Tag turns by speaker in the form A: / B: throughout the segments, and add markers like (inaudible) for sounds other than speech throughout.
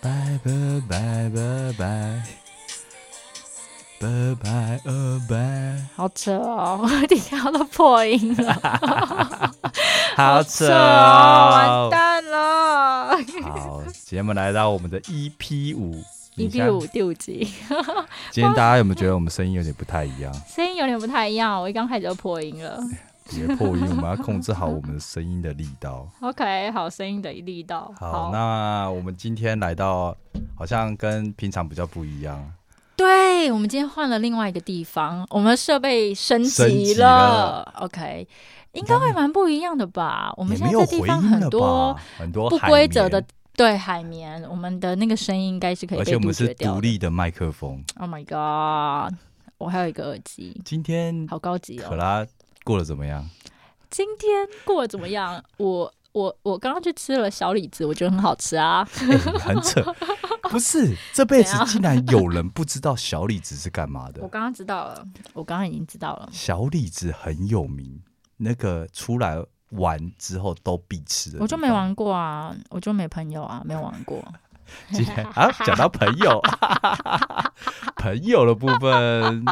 A: 拜拜拜拜拜拜拜呃拜，
B: 好扯哦！ (laughs) 我底下都破音了，
A: 好扯
B: (laughs) 哦，完
A: 哦！(laughs)
B: 蛋了。
A: 好，节目来到我们的 EP 五
B: EP 五，第五集， (laughs)
A: 今天大家有没有觉得我们声音有点不太一样？
B: 声音有点不太一样，我一刚开始就破音了。
A: 别破音，我们要控制好我们的声音的力
B: (laughs)
A: 道。
B: OK，好，声音的力道。
A: 好，那我们今天来到好像跟平常比较不一样，
B: 对我们今天换了另外一个地方，我们设备升
A: 升级
B: 级
A: 了
B: OK，应该会蛮不一样的吧？我们
A: 也
B: 现
A: 没
B: 在
A: 有
B: 这地
A: 回
B: 方
A: 音
B: 很
A: 了
B: 多
A: 吧？很多
B: 不
A: 海
B: 规则
A: 绵
B: 的，对海绵，我们的那个声音应该是可以
A: 而
B: 被
A: 且我
B: 杜
A: 们
B: 绝
A: 是
B: 掉
A: 独
B: 的。
A: 立的麦克风。
B: Oh my god！我还有一个耳机，
A: 今天
B: 好高级
A: 可
B: 哦。
A: 拉过得怎么样？
B: 今天过得怎么样？我我我刚刚去吃了小李子，我觉得很好吃啊。
A: 哎，很扯，不是这辈子
B: 怎样
A: 竟然有人不知道小李子是干嘛
B: 我
A: 的？
B: 刚刚知道了，我刚刚已经知道了。
A: 小李子很有名，那个出来玩之后都必吃的。
B: 我就没。玩过啊，我就没朋友啊，没有玩过。
A: 今天 (laughs) 啊，讲到朋友， (laughs) 朋友的部分，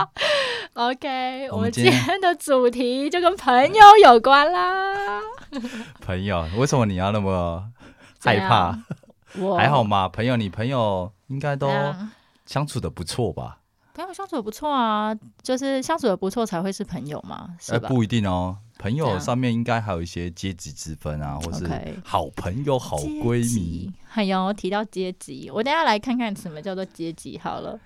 B: OK，
A: 我
B: 我
A: 们
B: 们
A: 今
B: 今
A: 天
B: 天的主题就跟朋友有关啦。
A: 朋友，为什么你要那么
B: 怎
A: 害
B: 样
A: 怕？
B: 我
A: 还好吗？朋友，你朋友应该都
B: 怎样
A: 相处的不错吧？
B: 朋友相处得不错啊，就是相处的不错才会是朋友嘛，是
A: 哎，
B: 吧？
A: 不一定哦。朋
B: 怎
A: 友
B: 样
A: 上面应该还有一些阶级之分啊，或是
B: OK
A: 好朋友、好
B: 阶
A: 闺蜜
B: 级。，哎呦，提到阶级，我等一下来看看什么叫做阶级好了。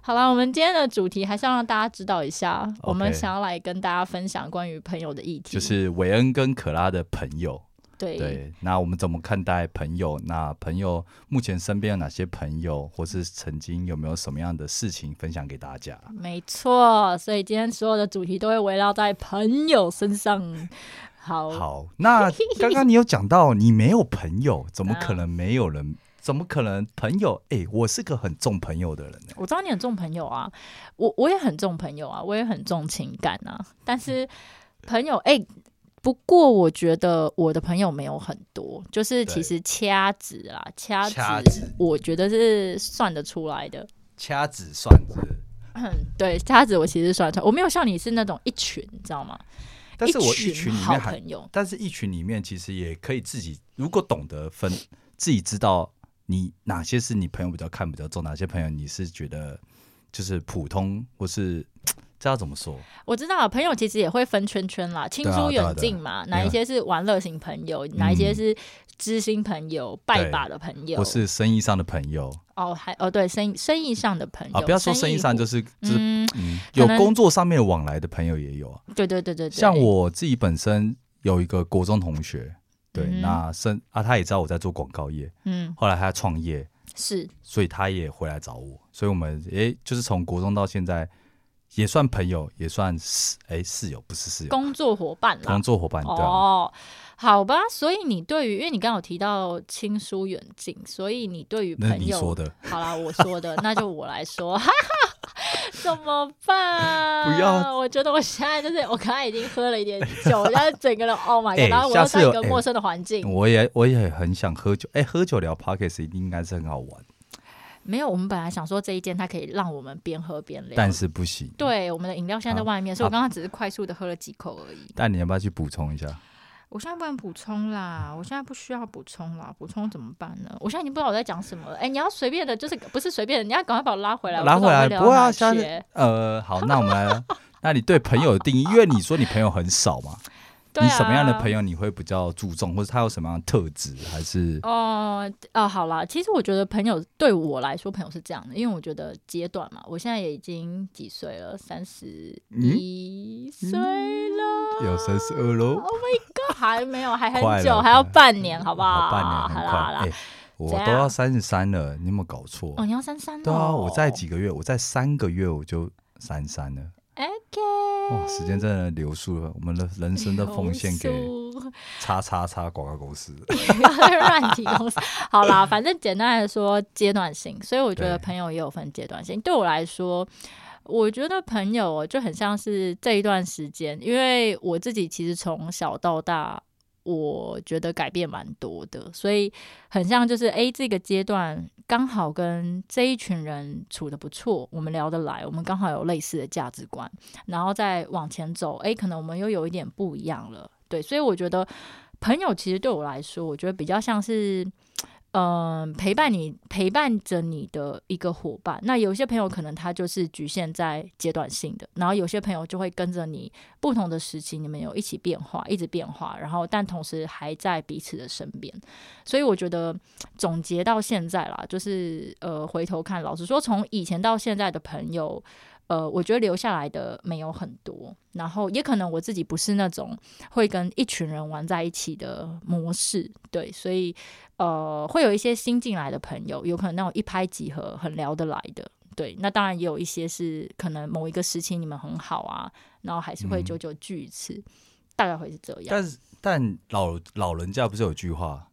B: 好了，我们今天的主题还是要让大家知道一下我们
A: OK
B: 想要来跟大家分享关于朋友的议题，
A: 就是韦恩跟可拉的朋友。
B: 对
A: 对，那我们怎么看待朋友？那朋友目前身边有哪些朋友，或是曾经有没有什么样的事情分享给大家？
B: 没错，所以今天所有的主题都会围绕在朋友身上。好，
A: 好，那刚刚你有讲到你没有朋友，怎么
B: 啊
A: 可能没有人？怎么可能朋友？哎、我是个很重朋友的人呢、
B: 我知道你很重朋友啊，我我也很重朋友啊，我也很重情感啊，但是朋友哎。不过我觉得我的朋友没有很多，就是
A: 对
B: 其实掐指啦，掐指，
A: 掐指
B: 我觉得是算得出来的。 (clears throat)
A: 掐指算指。
B: 对，掐指我其实算得出来，我没有像你是那种一群，你知道吗？
A: 但是我一群
B: 群
A: 里
B: 好
A: 面还，
B: 朋友，
A: 但是一群里面其实也可以自己，如果懂得分，自己知道你哪些是你朋友比较看比较重，哪些朋友你是觉得就是普通，或是嗯这要怎么说？
B: 我知道朋友其实也会分圈圈啦，亲
A: 对啊对
B: 疏
A: 啊
B: 远
A: 对啊
B: 近嘛，
A: 没
B: 哪一
A: 有
B: 些是玩乐型朋友，哪一些
A: 嗯
B: 是知心朋友、拜把的朋友，
A: 或是生意上的朋友
B: 哦，还哦对，生意生意上的朋友
A: 啊，不要说生
B: 生
A: 意上，就是是就是
B: 嗯，
A: 嗯，
B: 可
A: 有
B: 能嗯
A: 工作上面往来的朋友也有啊。
B: 对对对对对，
A: 像我自己本身有一个国中同学，对，
B: 嗯
A: 那生啊，他也知道我在做广告业，
B: 嗯
A: 后来他创业，
B: 是
A: 所以他也回来找我，所以我们诶，就是从国中到现在，也算朋友，也算室诶室友，不是室友，
B: 工作伙伴啦
A: 工，作伙伴对、啊
B: 哦。好吧，所以你对于，因为你刚刚有提到亲疏远近，所以你对于
A: 那是
B: 朋
A: 你
B: 友
A: 说，的，
B: 好啦，我说的，那就我来说， (laughs) 哈哈哈，怎么办？
A: 不要
B: 我觉得我现在就是，我刚才已经喝了一点
A: (laughs)
B: 酒，但是整个人，Oh my
A: 哎
B: god！然后我
A: 下
B: 又
A: 次
B: 在一
A: 有
B: 个
A: 哎
B: 陌生的环境，
A: 我也我也很想喝酒，诶，喝酒聊 podcast 一定应该是很好玩，
B: 没有，我们本来想说这一间它可以让我们边喝边聊，
A: 但是不行。
B: 对，我们的饮料现在在外面，所以我刚刚只是快速的喝了几口而已。
A: 但你要不要去补充一下？
B: 我现在不能补充啦，我现在不需要补充啦，补充怎么办呢？我现在已经不知道我在讲什么了。哎、你要随便的，就是不是随便的，你要赶快把我拉回来，
A: 拉
B: 我不
A: 回
B: 知道我
A: 来，
B: 会聊
A: 不会啊，
B: 哪欸
A: 下
B: 些
A: 次呃，好，那我们来，那你对朋友的定义，因为你说你朋友很少嘛，
B: (laughs) 对啊、
A: 你什么样的朋友你会比较注重，或者他有什么样的特质，还是
B: 哦哦，好啦，其实我觉得朋友对我来说，朋友是这样的，因为我觉得阶段嘛，我现在也已经几岁了，三十一岁了，
A: 嗯有三十二喽？
B: Oh my god，还没有，还
A: 快
B: 很
A: 了
B: 久，
A: 快
B: 还要半年，好不
A: 好半年很
B: 好
A: 快，
B: 啦好啦
A: 哎、，我
B: 怎
A: 都要
B: 样
A: 三十三了，你有没有搞错？
B: 哦，你要三三
A: 对啊，我在几个月，我在三个月我就三三了，
B: OK，
A: 哇，时间真的流速了，我们的人生都奉献给
B: 投诉
A: 叉叉叉广告公司。
B: 哎 (laughs) 乱提供。好啦，反正简单来说，阶段性，所以我觉得
A: 对
B: 朋友也有分阶段性。对我来说。我觉得朋友哦就很像是这一段时间，因为我自己其实从小到大，我觉得改变蛮多的，所以很像就是诶，这个阶段刚好跟这一群人处的不错，我们聊得来，我们刚好有类似的价值观，然后再往前走，诶，可能我们又有一点不一样了。对，所以我觉得朋友其实对我来说，我觉得比较像是。嗯，陪伴你陪伴着你的一个伙伴。那有些朋友可能他就是局限在阶段性的，然后有些朋友就会跟着你不同的时期，你们有一起变化，一直变化，然后但同时还在彼此的身边。所以我觉得总结到现在啦，就是呃，回头看，老实说，从以前到现在的朋友，呃，我觉得留下来的没有很多。然后也可能我自己不是那种会跟一群人玩在一起的模式，对，所以呃，会有一些新进来的朋友，有可能那种一拍即合、很聊得来的。对，那当然也有一些是可能某一个时期你们很好啊，然后还是会久久聚一次，大概会是这样。
A: 嗯但是但老老人家不是有句话，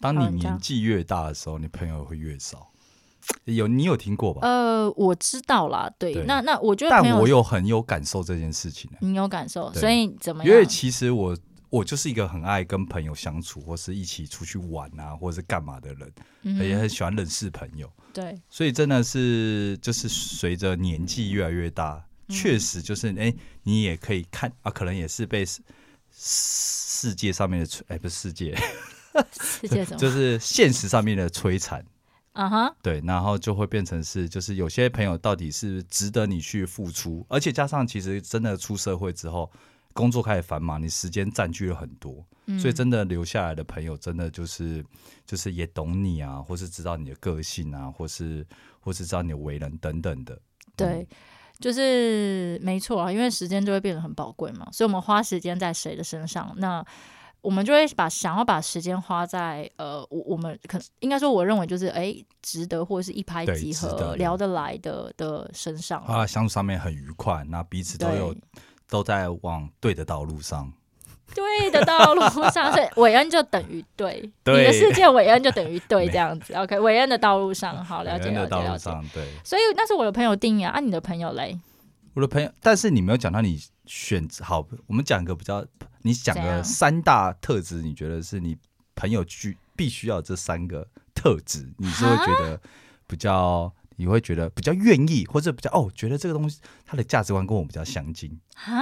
A: 当
B: 老
A: 你
B: 人家
A: 年纪越大的时候，你朋友会越少。有你有听过吧？
B: 呃，我知道啦，对，
A: 对
B: 那那我觉得朋
A: 但
B: 友
A: 我有很有感受这件事情、欸
B: 你有感受，
A: 对
B: 所以怎么
A: 因为
B: 样？
A: 其实我我就是一个很爱跟朋友相处，或是一起出去玩啊，或者是干嘛的人，
B: 嗯
A: 也很喜欢认识朋友。
B: 对，
A: 所以真的是就是随着年纪越来越大，确实就是哎、你也可以看啊，可能也是被世世界上面的摧哎、不是世界，
B: 世界
A: (laughs)
B: 怎么？
A: 就是现实上面的摧残。
B: 啊哈，
A: 对，然后就会变成是，就是有些朋友到底是值得你去付出，而且加上其实真的出社会之后，工作开始繁忙，你时间占据了很多，
B: 嗯
A: 所以真的留下来的朋友，真的就是就是也懂你啊，或是知道你的个性啊，或是或是知道你的为人等等的。
B: 对，就是没错啊，因为时间就会变得很宝贵嘛，所以我们花时间在谁的身上，那我们就会把想要把时间花在呃，我我们可应该说，我认为就是哎，值得或者是一拍
A: 对
B: 即
A: 值得
B: 合、
A: 的
B: 聊得来的的身上啊。
A: 啊，相处上面很愉快，那彼此都有
B: 对
A: 都在往对的道路上。
B: 对的道路
A: (laughs)
B: 上，所以韦恩就等于对，
A: 对
B: 你的世界韦恩就等于对
A: 没
B: 这样子。OK，韦恩的道路上，好了解
A: 人
B: 了
A: 的
B: 解
A: 道
B: 了
A: 路
B: 解。
A: 上，对
B: 所以那是我的朋友定义啊，啊你的朋友嘞？
A: 我的朋友，但是你没有讲到你选择好，我们讲个比较，你讲
B: 怎
A: 个
B: 样
A: 三大特质，你觉得是你朋友具必须要有这三个特质，你是会觉
B: 啊
A: 得比较，你会觉得比较愿意，或者比较哦，觉得这个东西它的价值观跟我比较相近，
B: 啊，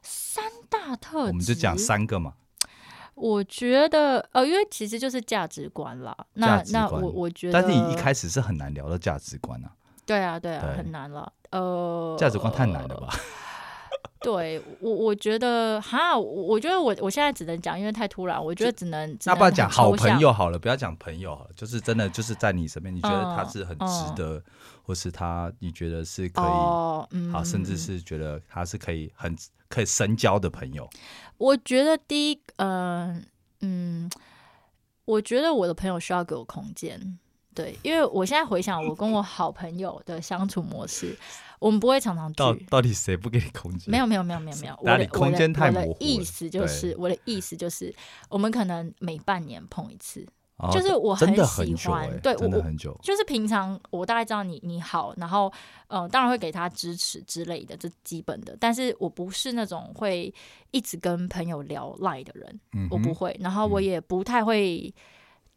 B: 三大特质，
A: 我们就讲。三个嘛。
B: 我觉得呃，因为其实就是价值观啦。那
A: 价值
B: 那
A: 观
B: 我我觉得，
A: 但是你一开始是很难聊到价值观啊，
B: 对啊对啊，
A: 对
B: 很难了。呃，
A: 价值观太难了吧？
B: 对我我觉得哈，我我觉得我我现在只能讲，因为太突然，我觉得只能只
A: 那
B: 能
A: 不要讲
B: 很
A: 好
B: 抽
A: 朋
B: 象
A: 友好了，不要讲朋友好了，就是真的就是在你身边，你觉得他
B: 嗯
A: 是很
B: 嗯
A: 值得，或是他你觉得是可以。
B: 哦，嗯，
A: 好，甚至是觉得他是可以很可以深交的朋友。
B: 我觉得第一，呃，嗯，我觉得我的朋友需要给我空间，对，因为我现在回想我跟我好朋友的相处模式，我们不会常常
A: 到
B: 聚。
A: 到底谁不给你空间？
B: 没有没有没有没有没有，我
A: 哪
B: 的
A: 里空间太模
B: 我
A: 糊了
B: 的意思就是，我的意思就是，我们可能每半年碰一次，
A: 哦，
B: 就是我
A: 真的
B: 喜
A: 很久
B: 欢，
A: 欸
B: 对我
A: 真的
B: 我
A: 很久。
B: 就是平常我大概知道你你好，然后呃，当然会给他支持之类的，这基本的。但是我不是那种会一直跟朋友聊赖的人，
A: 嗯
B: 我
A: 哼，
B: 不会，然后我
A: 嗯
B: 也不太会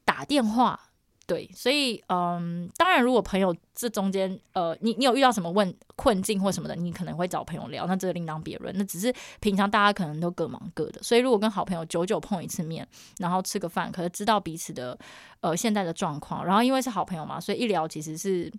B: 打电话。对，所以嗯，当然，如果朋友这中间，呃，你你有遇到什么问困境或什么的，你可能会找朋友聊，那这个另当别论。那只是平常大家可能都各忙各的，所以如果跟好朋友久久碰一次面，然后吃个饭，可是知道彼此的呃现在的状况，然后因为是好朋友嘛，所以一聊其实是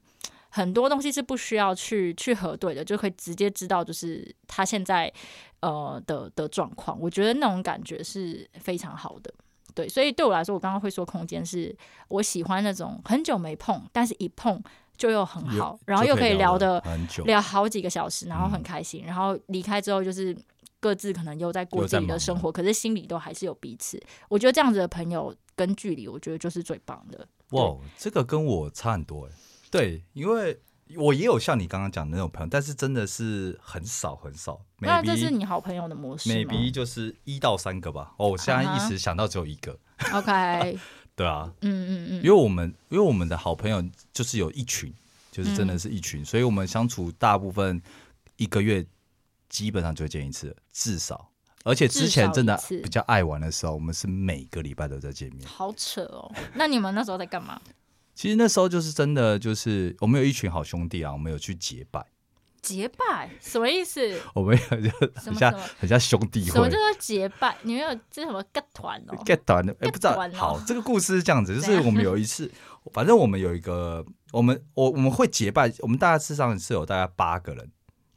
B: 很多东西是不需要去去核对的，就可以直接知道就是他现在呃的的状况。我觉得那种感觉是非常好的。对，所以对我来说，我刚刚会说空间是我喜欢那种很久没碰，但是一碰就又很
A: 有
B: 好，然后
A: 就
B: 又
A: 可
B: 可以聊
A: 得
B: 的
A: 很久。嗯
B: 聊好几个小时，然后很开心，然后离开之后就是各自可能又在过
A: 又
B: 自
A: 在
B: 己的
A: 忙
B: 生
A: 了
B: 活，可是心里都还是有彼此。我觉得这样子的朋友跟距离，我觉得就是最棒的。
A: 哇，哦这个跟我差很多哎。对，因为我也有像你刚刚讲的那种朋友，但是真的是很少很少。
B: 那这是
A: maybe
B: 你好朋友的模式吗
A: maybe 就是一到三个吧。哦，我现在
B: 啊
A: 一
B: 哈
A: 时想到只有一个。
B: ？OK，
A: 对啊，
B: 嗯嗯
A: 因为我们因为我们的好朋友就是有一群，就是
B: 嗯
A: 真的是一群，所以我们相处大部分一个月基本上就会见一次，至少。而且之前真的
B: 至少一次
A: 比较爱玩的时候，我们是每个礼拜都在见面
B: 嗯，。好扯哦。那你们那时候在干嘛？
A: 其实那时候就是真的，就是我们有一群好兄弟啊，我们有去结拜，
B: 结拜什么意思？
A: 我们有就
B: 什么
A: 很像
B: 什么
A: 很像兄弟
B: 什么
A: 会
B: 叫。做结拜？你们有这什么个团哦？
A: get 短的，哎、
B: get
A: 不知道
B: 短。了啊
A: 好，这个故事是这样子，就
B: 怎
A: 是
B: 样
A: 我们有一次，反正我们有一个，我们我我们会结拜，我们大概事实上是有大概八个人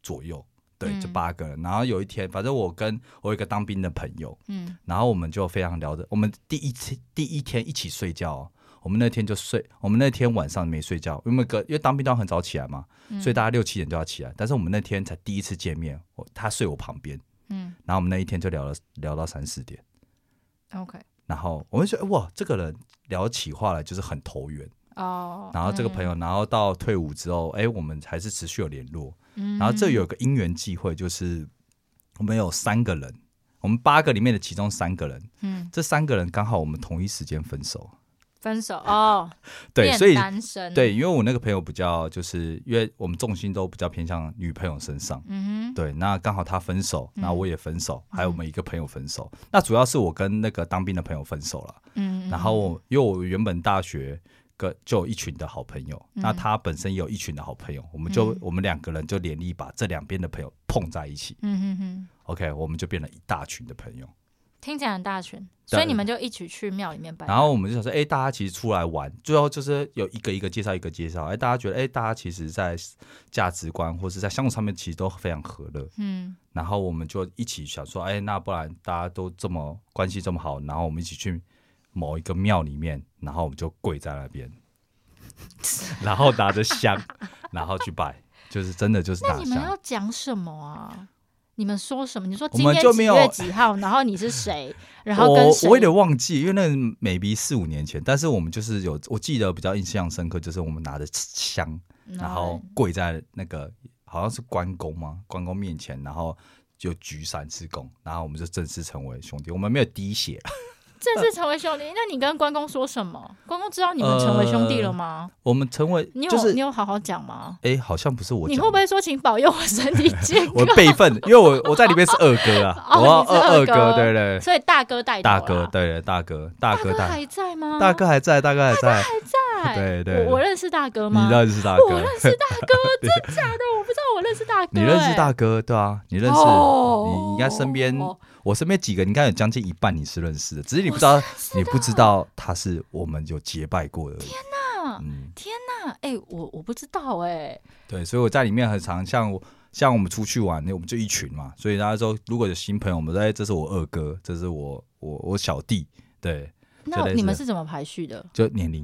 A: 左右，对，
B: 嗯
A: 就八个人。然后有一天，反正我跟我有一个当兵的朋友，
B: 嗯，
A: 然后我们就非常聊的，我们第一天第一天一起睡觉、哦，我们那天就睡，我们那天晚上没睡觉，因为个因为当兵都要很早起来嘛，
B: 嗯
A: 所以大家六七点就要起来。但是我们那天才第一次见面，我他睡我旁边，
B: 嗯
A: 然后我们那一天就聊了聊到三四点。
B: ，OK，
A: 然后我们就觉得哇，这个人聊起话来就是很投缘。
B: 哦，
A: 然后这个朋友，然后到退伍之后，哎，我们还是持续有联络。
B: 嗯，嗯
A: 然后这有个因缘际会，就是我们有三个人，我们八个里面的其中三个人，
B: 嗯，
A: 这三个人刚好我们同一时间分手。
B: 分手哦，
A: 对，
B: 变
A: 所以
B: 单身，，
A: 对，因为我那个朋友比较，就是因为我们重心都比较偏向女朋友身上。
B: 嗯
A: 对，那刚好他分手，那我也分手，还有我
B: 嗯
A: 们一个朋友分手。那主要是我跟那个当兵的朋友分手了。
B: 哼，嗯，
A: 然后我因为我原本大学跟就有一群的好朋友，
B: 嗯
A: 那他本身也有一群的好朋友，我们就、
B: 嗯
A: 我们两个人就联力把这两边的朋友碰在一起
B: 嗯哼哼，
A: ，OK，我们就变了一大群的朋友。
B: 听起来很大群，所以你们就一起去庙里面拜拜，
A: 然后我们就想说，哎、大家其实出来玩，最后就是有一个一个介绍，一个介绍，哎、大家觉得，哎、大家其实在价值观或是在相处上面其实都非常和乐。
B: 嗯
A: 然后我们就一起想说，哎，那不然大家都这么关系这么好，然后我们一起去某一个庙里面，然后我们就跪在那
B: (laughs)
A: 边，然后拿着香，然后去拜，就是真的就是
B: 那
A: 拿
B: 你们
A: 香
B: 要。讲什么啊？你们说什么？你说
A: 我
B: 今
A: 们
B: 天
A: 就
B: 几
A: 没有
B: 月几号？然后你是谁？然后跟
A: 我
B: 谁？
A: 我有点忘记，因为那 maybe 四五年前，但是我们就是有，我记得比较印象深刻，就是我们拿着香，
B: 嗯
A: 然后跪在那个好像是关公吗？关公面前，然后就举三次躬，然后我们就正式成为兄弟。我们没有滴血，
B: 正
A: 呃
B: 式成为兄弟。那你跟关公说什么？关公知道你们成为兄弟了吗？
A: 我们成为
B: 你有、
A: 呃就是
B: 你有好好讲吗？
A: 哎、好像不是我讲的，
B: 你会不会说请保佑我身体健
A: 我
B: 康？
A: 辈分？因为我我在里面是二哥啊，
B: (laughs) 哦
A: 我要
B: 你是
A: 二
B: 二哥
A: 哥，对对，
B: (laughs) 所以大哥带头
A: 大
B: 啦
A: 哥，对对，大哥，大
B: 大
A: 哥
B: 哥
A: 大
B: 还在吗？
A: 大哥还在，大哥还在，
B: 在，
A: 对对
B: 我我认识大哥欸吗？哦
A: 你认识大
B: 我
A: 哥，
B: 认识大
A: (laughs)
B: 哥，真的假的？我不知道我认识大哥、
A: 你认识
B: 哎
A: 大哥，对啊，你认识，
B: 哦
A: 你应该身边，
B: 哦
A: 我身边几个，应该有将近一半你是认识的，只是你不知道，你不知道他是我们有结拜过的，天
B: 哪
A: 嗯，
B: 那哎、我我不知道哎、
A: 对，所以我在里面很常像我像我们出去玩，我们就一群嘛，所以大家说如果有新朋友，我们说哎，这是我二哥，这是我我我小弟，对，就
B: 那
A: 类似
B: 你们是怎么排
A: (laughs)
B: 序的？
A: 就年龄，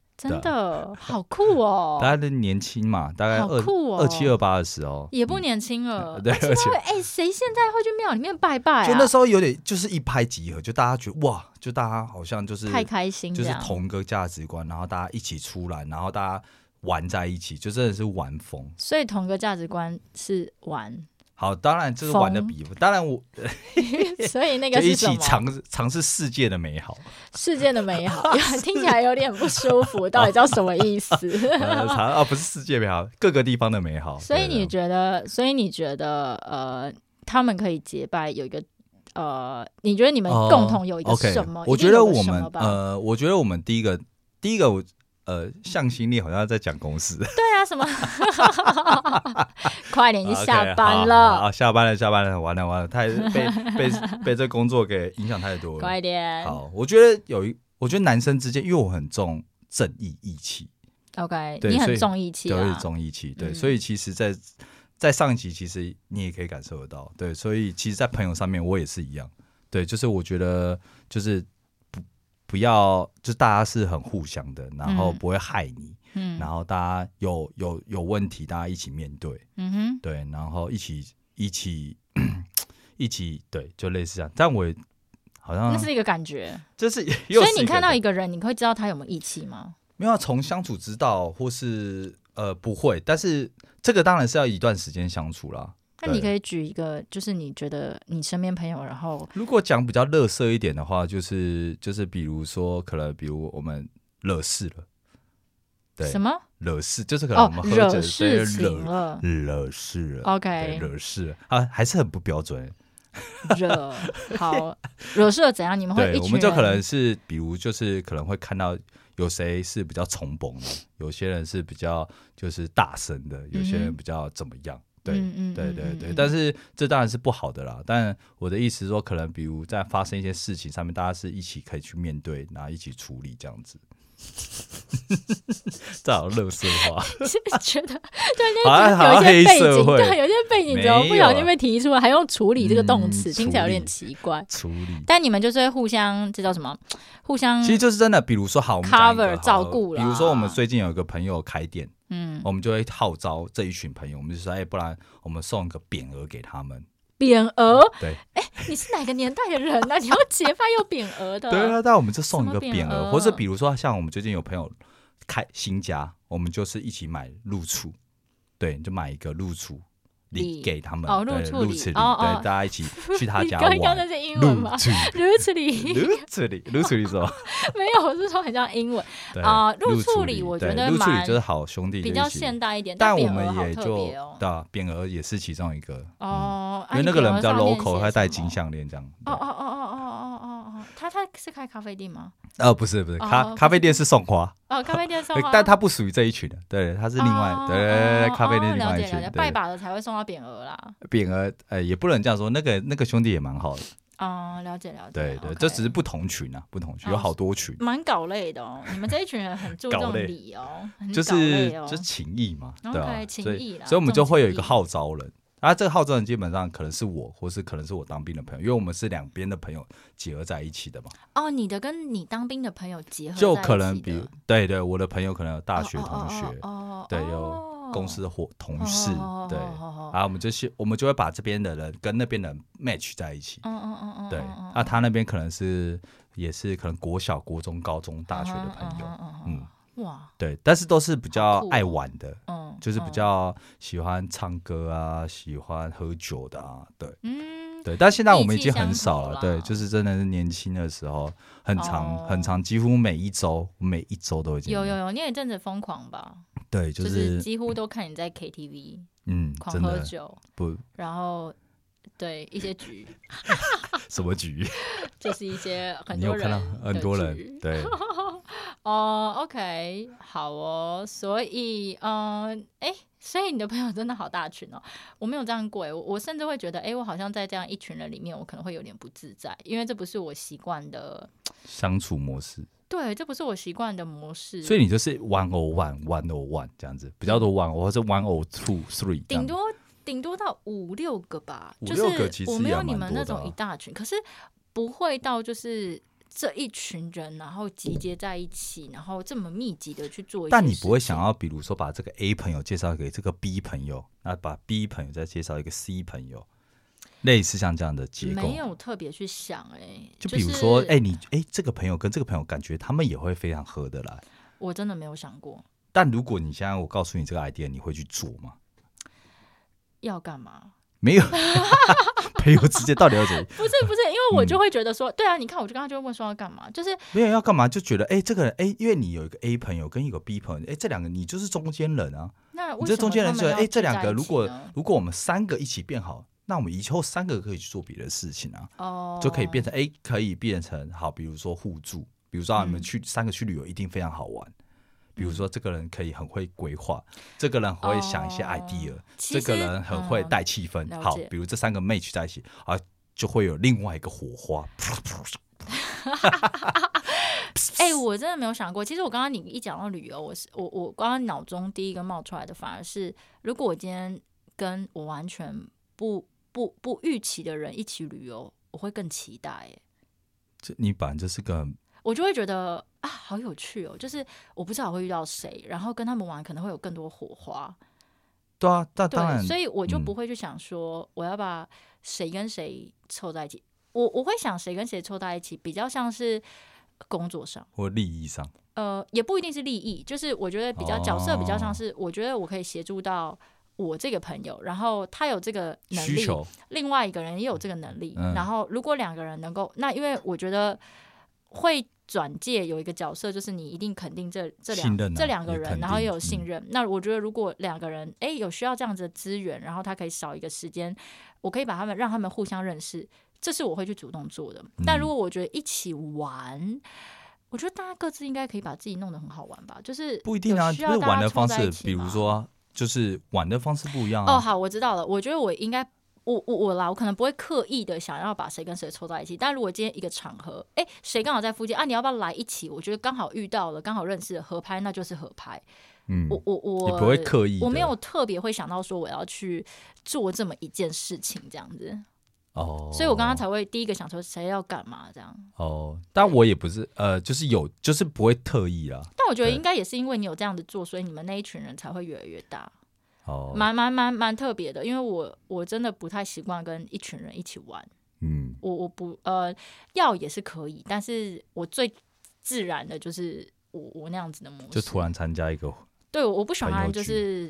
B: 真
A: (laughs)
B: 的好酷哦，
A: 大家都年轻嘛，大概
B: 好
A: 二
B: 酷哦，
A: 二七二八的时候，
B: 也不
A: 嗯
B: 年轻了，
A: 对
B: 而且
A: 而且
B: 他会哎，谁现在会去庙里面拜拜啊？
A: 就那时候有点就是一拍即合，就大家觉得哇，就大家好像就是
B: 太开心
A: 就
B: 这
A: 是
B: 样，
A: 同个价值观，然后大家一起出来，然后大家玩在一起，就真的是玩疯。
B: 所以同个价值观是
A: (laughs)
B: 玩，
A: 好，当然这是玩的
B: 疯
A: 比，当然我
B: 所以那
A: 就
B: 个
A: 一
B: 是什
A: 起
B: 么？
A: 尝试尝试世界的美好，
B: 世界的
A: (laughs)
B: 美好，听起来有点不舒服，到底叫什么意思？
A: 呃尝啊不是世界美好，各个地方的美好。
B: 所
A: 对
B: 以
A: 对
B: 你
A: 啊
B: 觉得，所以你觉得，呃，他们可以结拜有一个，呃，你觉得你们
A: 哦
B: 共同有一个
A: OK，
B: 什么？
A: 我
B: 一定
A: 觉得
B: 有个
A: 我
B: 什
A: 们
B: 么吧
A: 呃，我觉得我们第一个第一个我呃向心力好像在讲公司，
B: 对啊，什么？ (laughs) 快点，你下
A: 啊 OK，
B: 班
A: 好好
B: 了，
A: 好下班了，下班了，完了完了，太被被被这工作给影响太多了。
B: 快点。
A: 好，我觉得有一，我觉得男生之间，因为我很重正义义气，
B: OK，
A: 对
B: 你
A: 所
B: 很
A: 以
B: 重义气
A: 对，我
B: 啊
A: 是。重义气，对，
B: 嗯
A: 所以其实在，在上一集，其实你也可以感受得到，对，所以其实，在朋友上面，我也是一样，对，就是我觉得就是不不要，就大家是很互相的，然后
B: 嗯
A: 不会害你，
B: 嗯
A: 然后大家有有有问题，大家一起面对，
B: 嗯哼，
A: 对，然后一起一起 (clears throat) 一起，对，就类似这样。但我也好像
B: 那是一个感觉。
A: 这是，嗯又
B: 所
A: 是
B: 以你
A: 一个
B: 看到
A: 人
B: 一个人，你会知道他有没有义气吗？
A: 没有啊从相处之道，或是呃不会，但是这个当然是要一段时间相处啦。
B: 那你可以举一个，就是你觉得你身边朋友，然后
A: 如果讲比较乐色一点的话，就是就是比如说，可能比如我们惹事了，对
B: 什，么
A: 惹事就是可能我
B: 哦
A: 们，喝酒
B: 惹
A: 的时候
B: 事
A: 惹
B: 情了，
A: 惹事了
B: OK
A: 对惹事了啊，还是很不标准。 (laughs)
B: 惹好惹事了怎样？你们会
A: 对，
B: 哦一
A: 我
B: 群
A: 们就
B: 人
A: 可能是，比如就是可能会看到有谁是比较从容的，有些人是比较就是大声的，有些
B: 嗯
A: 人
B: 哼
A: 比较怎么样。对，
B: 嗯嗯
A: 对
B: 嗯
A: 对
B: 嗯
A: 对，
B: 嗯
A: 但是这当然是不好的啦。但我的意思是说，可能比如在发生一些事情上面，大家是一起可以去面对，然后一起处理这样子。 (laughs) 这好像乐色
B: (laughs)
A: 话，
B: (laughs) 觉得
A: (laughs) 好像好
B: 有
A: 像
B: 一
A: 黑
B: 些背景，
A: 社
B: 对，
A: 会
B: 有一些背景
A: 没
B: 怎么不
A: 有
B: 小
A: 啊
B: 心被提出来，还用处理这个动
A: 嗯
B: 词，听起来有
A: 处理
B: 点奇怪。
A: 处理。
B: 但你们就是会互相，这叫什么？互相
A: 其实就是真的，比如说好，我们讲一个
B: Cover，
A: 好了
B: 照顾啦
A: 比如说我们最近有一个朋友开店，
B: 嗯，
A: 我们就会号召这一群朋友，我们就说，哎、不然我们送一个匾额给他们。
B: 匾额，
A: 对，
B: 你是哪个年代的人呢、你要结拜又匾额的，
A: 对啊，那我们就送一个
B: 呃什么匾
A: 匾
B: 额
A: 额，或是比如说像我们最近有朋友开新家，我们就是一起买入厨，对，就买一个入厨
B: 礼
A: 礼给他们，
B: 哦
A: 对
B: 入厨礼
A: 入厨礼，对，
B: 哦哦
A: 大家一
B: (laughs)
A: 起去他
B: 你
A: 家
B: 刚刚那
A: 玩。
B: 是英文
A: 入
B: 吗？
A: 厨，
B: 如此理
A: 入厨礼，入厨礼是吧？
B: 没有，我是说很像英文， (laughs)
A: 对
B: 啊入
A: 入
B: 厨
A: 厨
B: 礼
A: 礼
B: 我觉
A: 对
B: 得
A: 入厨
B: 蛮
A: 礼就是好兄弟，
B: 比较现。代一点，
A: 但
B: 匾
A: 我
B: 额
A: 们
B: 好
A: 也
B: 特
A: 就
B: 别哦。
A: 对啊，匾额也是其中一个，嗯
B: 哦，啊
A: 因为那个人比较 local，他戴。金
B: 你匾额上面写什么
A: 项链这样。
B: 哦
A: 对
B: 哦哦哦哦哦哦哦，他他是开咖啡店吗？
A: 呃，不是不是，
B: 哦
A: 咖
B: 不
A: 咖啡店是送花，
B: 哦，咖啡店送
A: 对
B: 花，
A: 但他不属于这一群的，对，他是另外
B: 哦，
A: 对对对
B: 哦
A: 对，咖啡店
B: 哦
A: 另
B: 了
A: 外
B: 解
A: 一
B: 了
A: 群
B: 解，，
A: 对
B: 拜把子才会送到匾额啦。
A: 匾额，呃，也不能这样说，那个那个兄弟也蛮好的，
B: 哦，了解了解，
A: 对对，
B: OK
A: 这只是不同群啊，不同群
B: 哦
A: 有好多群，
B: 蛮搞累的哦。你们这一群人很注
A: 搞
B: 重
A: 累
B: 礼哦，很
A: 就
B: 搞
A: 是
B: 累哦
A: 就是情谊嘛，对啊
B: OK，，情
A: 所
B: 谊
A: 以
B: 啦
A: 所以我们就会有一个
B: 重情谊
A: 号召人，啊，这个号召人基本上可能是我，或是可能是我当兵的朋友，因为我们是两边的朋友结合在一起的嘛，
B: 哦，你的跟你当兵的朋友结合在一起
A: 就
B: 的，
A: 可能比如对对，我的朋友可能有大
B: 哦
A: 学
B: 哦
A: 同学，
B: 哦哦，
A: 对，
B: 哦
A: 有公司的伙同
B: 哦
A: 事
B: 哦，
A: 对。
B: 哦哦哦
A: 啊，我们就是我们就会把这边的人跟那边的人 match 在一起。
B: 嗯嗯嗯嗯，
A: 对，
B: 嗯嗯
A: 啊，他那边可能是也是可能国小、国中、高中、大学的
B: 嗯
A: 朋友，
B: 嗯嗯
A: 嗯，
B: 嗯，哇，
A: 对，但是都是比
B: 好
A: 较
B: 酷哦
A: 爱玩的，
B: 嗯，
A: 就是比
B: 嗯，
A: 较喜欢唱歌啊，喜欢喝酒的啊，对。
B: 嗯，
A: 对，但现在我们已
B: 意气
A: 经
B: 相
A: 很少
B: 投啦
A: 了。对，就是真的是年轻的时候，很长、
B: 哦
A: 很长，几乎每一周每一周都已经
B: 有有有，你有一阵子疯狂吧，
A: 对，就
B: 就是
A: 是
B: 几乎都看你在 KTV
A: 嗯，
B: 狂
A: 真
B: 喝
A: 的
B: 酒，
A: 不
B: 然后对一些局，
A: 什么局，
B: 就是一些很
A: 你
B: 多
A: 有
B: 人
A: 看到很多
B: 的
A: 人
B: (laughs) 局
A: 对，
B: 哦，OK，好哦，所以，嗯，哎，所以你的朋友真的好大群哦，我没有这样过诶，我我甚至会觉得，哎，我好像在这样一群人里面，我可能会有点不自在，因为这不是我习惯的，
A: 相处模式。
B: 对，这不是我习惯的模式，
A: 所以你就是 one o one one o one 这样子，比较多 one oh 或者 one o two three，这样
B: 嗯顶多顶多到五六个吧，
A: 五
B: 就
A: 六个
B: 是
A: 其实
B: 我没有
A: 也
B: 你
A: 蛮
B: 们
A: 多
B: 那
A: 的
B: 种
A: 啊
B: 一大群，可是不会到就是这一群人然后集结在一起，然后这么密集的去做一些事
A: 但
B: 情，
A: 你不会想要，比如说把这个 A 朋友介绍给这个 B 朋友，那把 B 朋友再介绍一个 C 朋友，类似像这样的结构
B: 没。有特别去想哎、欸，
A: 就比如说，
B: 是
A: 哎、你哎、这个朋友跟这个朋友，感觉他们也会非常合得来。
B: 我真的没有想过
A: 但如果你现在我告诉你这个 idea，你会去做吗？
B: 要干嘛。
A: 没有， (laughs) 朋友之间到底要怎样？
B: 不是不是，因为
A: 嗯
B: 我就会觉得说，对啊，你看，我就刚刚就会问说要干嘛，就是
A: 没有要干嘛？就觉得哎、这个人哎、因为你有一个 A 朋友跟一个 B 朋友，哎、这两个你就是中间人啊。
B: 那
A: 你
B: 为
A: 这
B: 什么
A: 中间人
B: 他
A: 觉
B: 们
A: 得，
B: 要
A: 哎、
B: 聚
A: 这两
B: 在
A: 个
B: 一
A: 如
B: 起
A: 果
B: 呢
A: 如果我们三个一起变好，那我们以后三个可以去做别的事情啊，
B: 哦
A: 就可以变成哎、可以变成好，比如说互助，比如说、啊、
B: 嗯
A: 你们去、三个去旅游一定非常好玩。比如说，这个人可以很会规划，这个人很会想一些
B: 哦
A: idea，、
B: 其
A: 这个
B: 实
A: 人很会
B: 嗯
A: 带气氛。
B: 了
A: 好
B: 解，
A: 比如这三个 match 在一起啊，就会有另外一个火花。
B: 哎、我真的没有想过。其实我刚刚你一讲到旅游，我是我我刚刚脑中第一个冒出来的反而是，如果我今天跟我完全不不不预期的人一起旅游，我会更期待。哎，
A: 这你本来就是个很
B: 我就会觉得啊，好有趣哦！就是我不知道我会遇到谁，然后跟他们玩可能会有更多火花。
A: 对啊，但当然
B: 对，，所以我就
A: 嗯
B: 不会去想说我要把谁跟谁凑在一起。我我会想谁跟谁凑在一起，比较像是工作上。
A: 或利益上，哦
B: 呃，也不一定是利益，就是我觉得比较角色比较像是，我觉得我可以协助到我这个朋友，然后他有这个能
A: 需
B: 力，
A: 求，
B: 另外一个人也有这个能力，
A: 嗯
B: 然后如果两个人能够，那因为我觉得会转介有一个角色，就是你一定肯定这这两
A: 信任啊
B: 这两个
A: 也
B: 人，
A: 肯定嗯
B: 然后也有信任。那我觉得如果两个人诶有需要这样子的资源，然后他可以少一个时间，我可以把他们让他们互相认识，这是我会去主动做的。
A: 嗯
B: 但如果我觉得一起玩。我觉得大家各自应该可以把自己弄得很好玩吧，就是
A: 不一定啊，
B: 有需要
A: 就是
B: 大家
A: 玩的
B: 凑
A: 方
B: 在一
A: 式，
B: 起
A: 比如
B: 吗
A: 说就是玩的方式不一样
B: 哦，
A: 啊。
B: 好，我知道了。我觉得我应该，我我我啦，我可能不会刻意的想要把谁跟谁凑在一起。但如果今天一个场合，哎，谁刚好在附近啊，你要不要来一起？我觉得刚好遇到了，刚好认识了合拍，那就是合拍。
A: 嗯，
B: 我我我
A: 你不会刻意的
B: 我没有特别会想到说我要去做这么一件事情这样子，
A: 哦，
B: 所以我刚刚才会第一个想说谁要干嘛这样。
A: 哦，但我也不是呃，就是有，就是不会特意啦。
B: 但我觉得
A: 对
B: 应该也是因为你有这样子做，所以你们那一群人才会越来越大。
A: 哦，
B: 蛮蛮蛮蛮特别的，因为我我真的不太习惯跟一群人一起玩。
A: 嗯，
B: 我我不呃要也是可以，但是我最自然的就是我我那样子的模式。
A: 就突然参加一个，
B: 对，我不喜
A: 朋友
B: 欢
A: 聚
B: 就是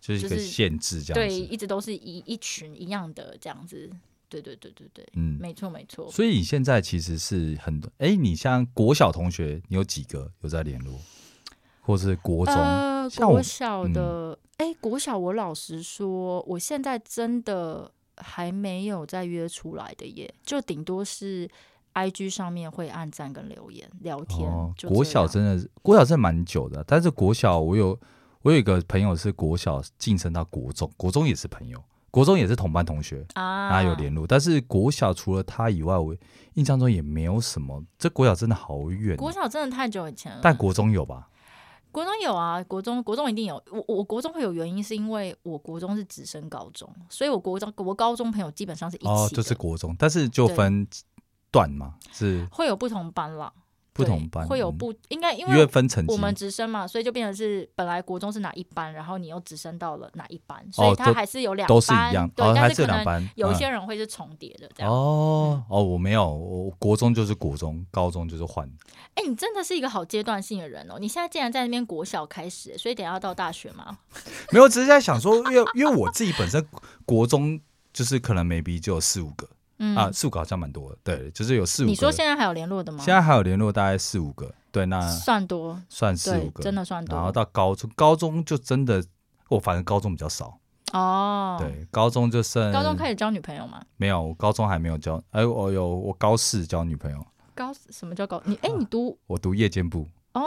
A: 就是一
B: 就
A: 个
B: 是
A: 限制这
B: 对
A: 样子。
B: 一直都是一一群一样的这样子。对对对对对，
A: 嗯，
B: 没错没错。
A: 所以你现在其实是很多，哎，你像国小同学，你有几个有在联络，或是国中？
B: 呃，
A: 像我嗯
B: 国小的哎、国小我老实说，我现在真的还没有再约出来的耶，就顶多是 I G 上面会按赞跟留言聊天。
A: 哦，
B: 就
A: 国
B: 这
A: 小
B: 样
A: 真的是国小真的蛮久的，但是国小我有我有一个朋友是国小晋升到国中，国中也是朋友，国中也是同班同学，
B: 啊，
A: 大家有联络。但是国小除了他以外，我印象中也没有什么。这国小真的好远哦，
B: 国小真的太久以前了，
A: 但国中有吧？
B: 国中有啊，国中国中一定有。我我国中会有原因，是因为我国中是直升高中，所以我国中我高中朋友基本上嗯是一起的，
A: 哦，就是国中，但是就
B: 对
A: 分段嘛，是
B: 会有不同班啦，
A: 不
B: 对
A: 同班，
B: 会有
A: 嗯
B: 不应该因
A: 因为
B: 为
A: 分成绩
B: 我们直升嘛，所以就变成是本来国中是哪一班，然后你又直升到了哪一班，所以它
A: 哦都
B: 还是有两班，
A: 都是一样，
B: 对，
A: 哦，还
B: 但
A: 是
B: 可
A: 有两
B: 能
A: 班，
B: 有一些
A: 嗯
B: 人会是重叠的这样。
A: 哦哦，我没有，我我国中就是国中，高中就是换。
B: 哎、你真的是一个好阶段性的人哦！你现在竟然在那边国小开始，所以等一下要到大学吗？
A: 没有，只是在想说，因为因为我自己本身国中就是可能 maybe 就有四五个、
B: 嗯，
A: 啊，四五个好像蛮多的，对，就是有四五个。
B: 你说现在还有联络的吗？
A: 现在还有联络大概四五个，对，那
B: 算多，
A: 算四五
B: 对，
A: 个，
B: 真的算多。
A: 然后到高中，高中就真的，我反正高中比较少，
B: 哦，，
A: 对，嗯高中就剩
B: 高中开始交女朋友吗？
A: 没有，我高中还没有交，哎，我有我高四交女朋友，
B: 高什么叫高？你哎、你读
A: 我读夜间部，
B: 哦，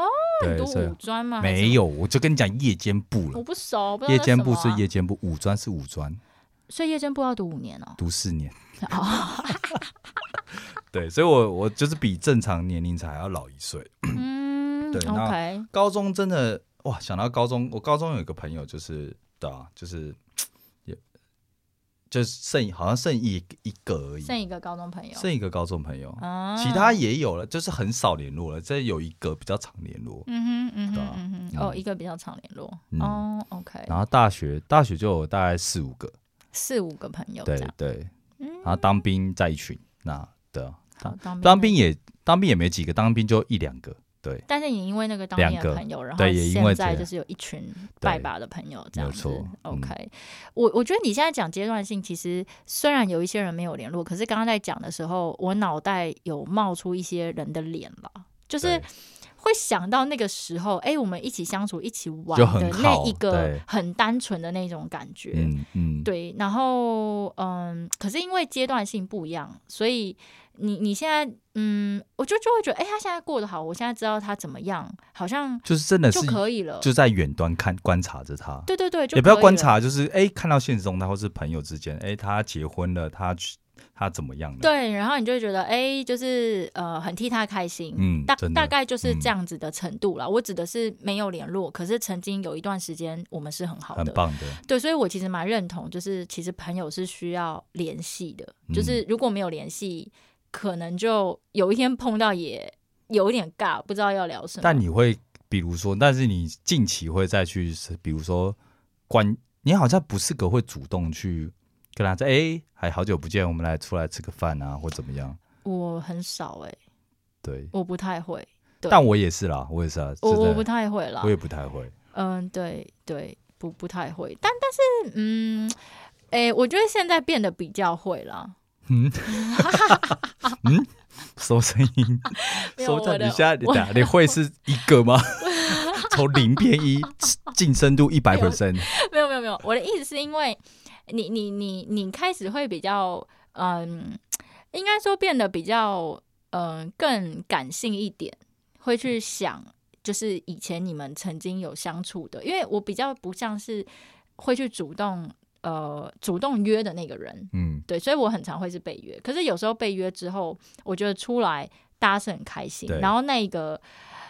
B: 你
A: 啊对，
B: 读
A: 所以
B: 五专吗？还是
A: 没有，我就跟你讲夜间部
B: 什么，我
A: 了，
B: 不熟，不知道
A: 夜
B: 那
A: 间
B: 什
A: 部
B: 么
A: 是
B: 啊，
A: 夜间部，五专是五专，
B: 所以夜间部要读五年哦。
A: 读四年。
B: 哦， (laughs)
A: 对，所以我我就是比正常年龄才要老一岁。
B: 嗯
A: 对那
B: ，OK，
A: 高中真的哇，想到高中，我高中有一个朋友就是对啊，就是也就是剩好像剩一一个而已，
B: 剩一个高中朋友
A: 剩一个高中朋友，
B: 啊，
A: 其他也有了，就是很少联络了。这有一个比较常联络，
B: 嗯哼嗯
A: 对
B: 哼
A: 啊
B: 嗯哼，
A: 嗯
B: 哦，一个比较常联络
A: 嗯
B: 哦，OK，
A: 然后大学大学就有大概四五个，
B: 四五个朋友这
A: 对
B: 样，
A: 对，
B: 嗯
A: 然后当兵在一群，那对啊，
B: 好当
A: 当
B: 兵
A: 兵
B: 的。
A: 也当兵也没几个，当兵就一两个，对，
B: 但是你因为那个当
A: 两
B: 兵的
A: 个
B: 朋友，然后
A: 对也因为
B: 现
A: 这
B: 在
A: 样
B: 就是有一群拜把的朋友这样子
A: 没有错。嗯
B: OK，、我我觉得你现在讲阶段性，其实虽然有一些人没有联络，可是刚刚在讲的时候，我脑袋有冒出一些人的脸了，就是
A: 对
B: 会想到那个时候，哎、我们一起相处、一起玩
A: 就很
B: 的
A: 好
B: 那一个
A: 对
B: 很单纯的那种感觉。
A: 嗯嗯，
B: 对，然后嗯，可是因为阶段性不一样，所以你你现在嗯，我就就会觉得，哎、他现在过得好，我现在知道他怎么样，好像
A: 就是真的
B: 就是可以了。
A: 就在远端看观察着他，
B: 对对对，就
A: 也不要
B: 可以
A: 观
B: 了。
A: 察，就是哎、看到现实中他或是朋友之间，哎、他结婚了，他去他怎么样了？，
B: 对，然后你就会觉得，哎、就是呃，很替他开心。
A: 嗯
B: 大
A: 真的
B: 大概就是这样子的程度啦。我指的是没有联络，可是曾经有一段时间我们是很好
A: 很
B: 的。
A: 棒的，
B: 对，所以我其实蛮认同，就是其实朋友是需要联系的，
A: 嗯
B: 就是如果没有联系，可能就有一天碰到也有一点尬，不知道要聊什么。
A: 但你会比如说，但是你近期会再去，比如说关，你好像不是个会主动去跟他说，哎、还好久不见，我们来出来吃个饭啊，或怎么样？
B: 我很少哎、
A: 对，
B: 我不太会，对
A: 但我也是啦，我也是啊，
B: 我
A: 真的
B: 我不太会啦
A: 我。也不太会，
B: 嗯，对对，不不太会，但但是嗯，诶，我觉得现在变得比较会了。
A: 什么声音？
B: (laughs) 没有
A: 手
B: 我
A: 掌
B: 的
A: 你下，你
B: 我
A: 打你会是一个
B: (laughs)
A: 吗？从零变一，晋升度一百 percent。
B: (laughs) 没有没有没有，我的意思是因为你你你你开始会比较嗯，应该说变得比较嗯更感性一点，会去想就是以前你们曾经有相处的，因为我比较不像是会去主动呃主动约的那个人，
A: 嗯，
B: 对，所以我很常会是被约。可是有时候被约之后，我觉得出来大家是很开心
A: 对，
B: 然后那一个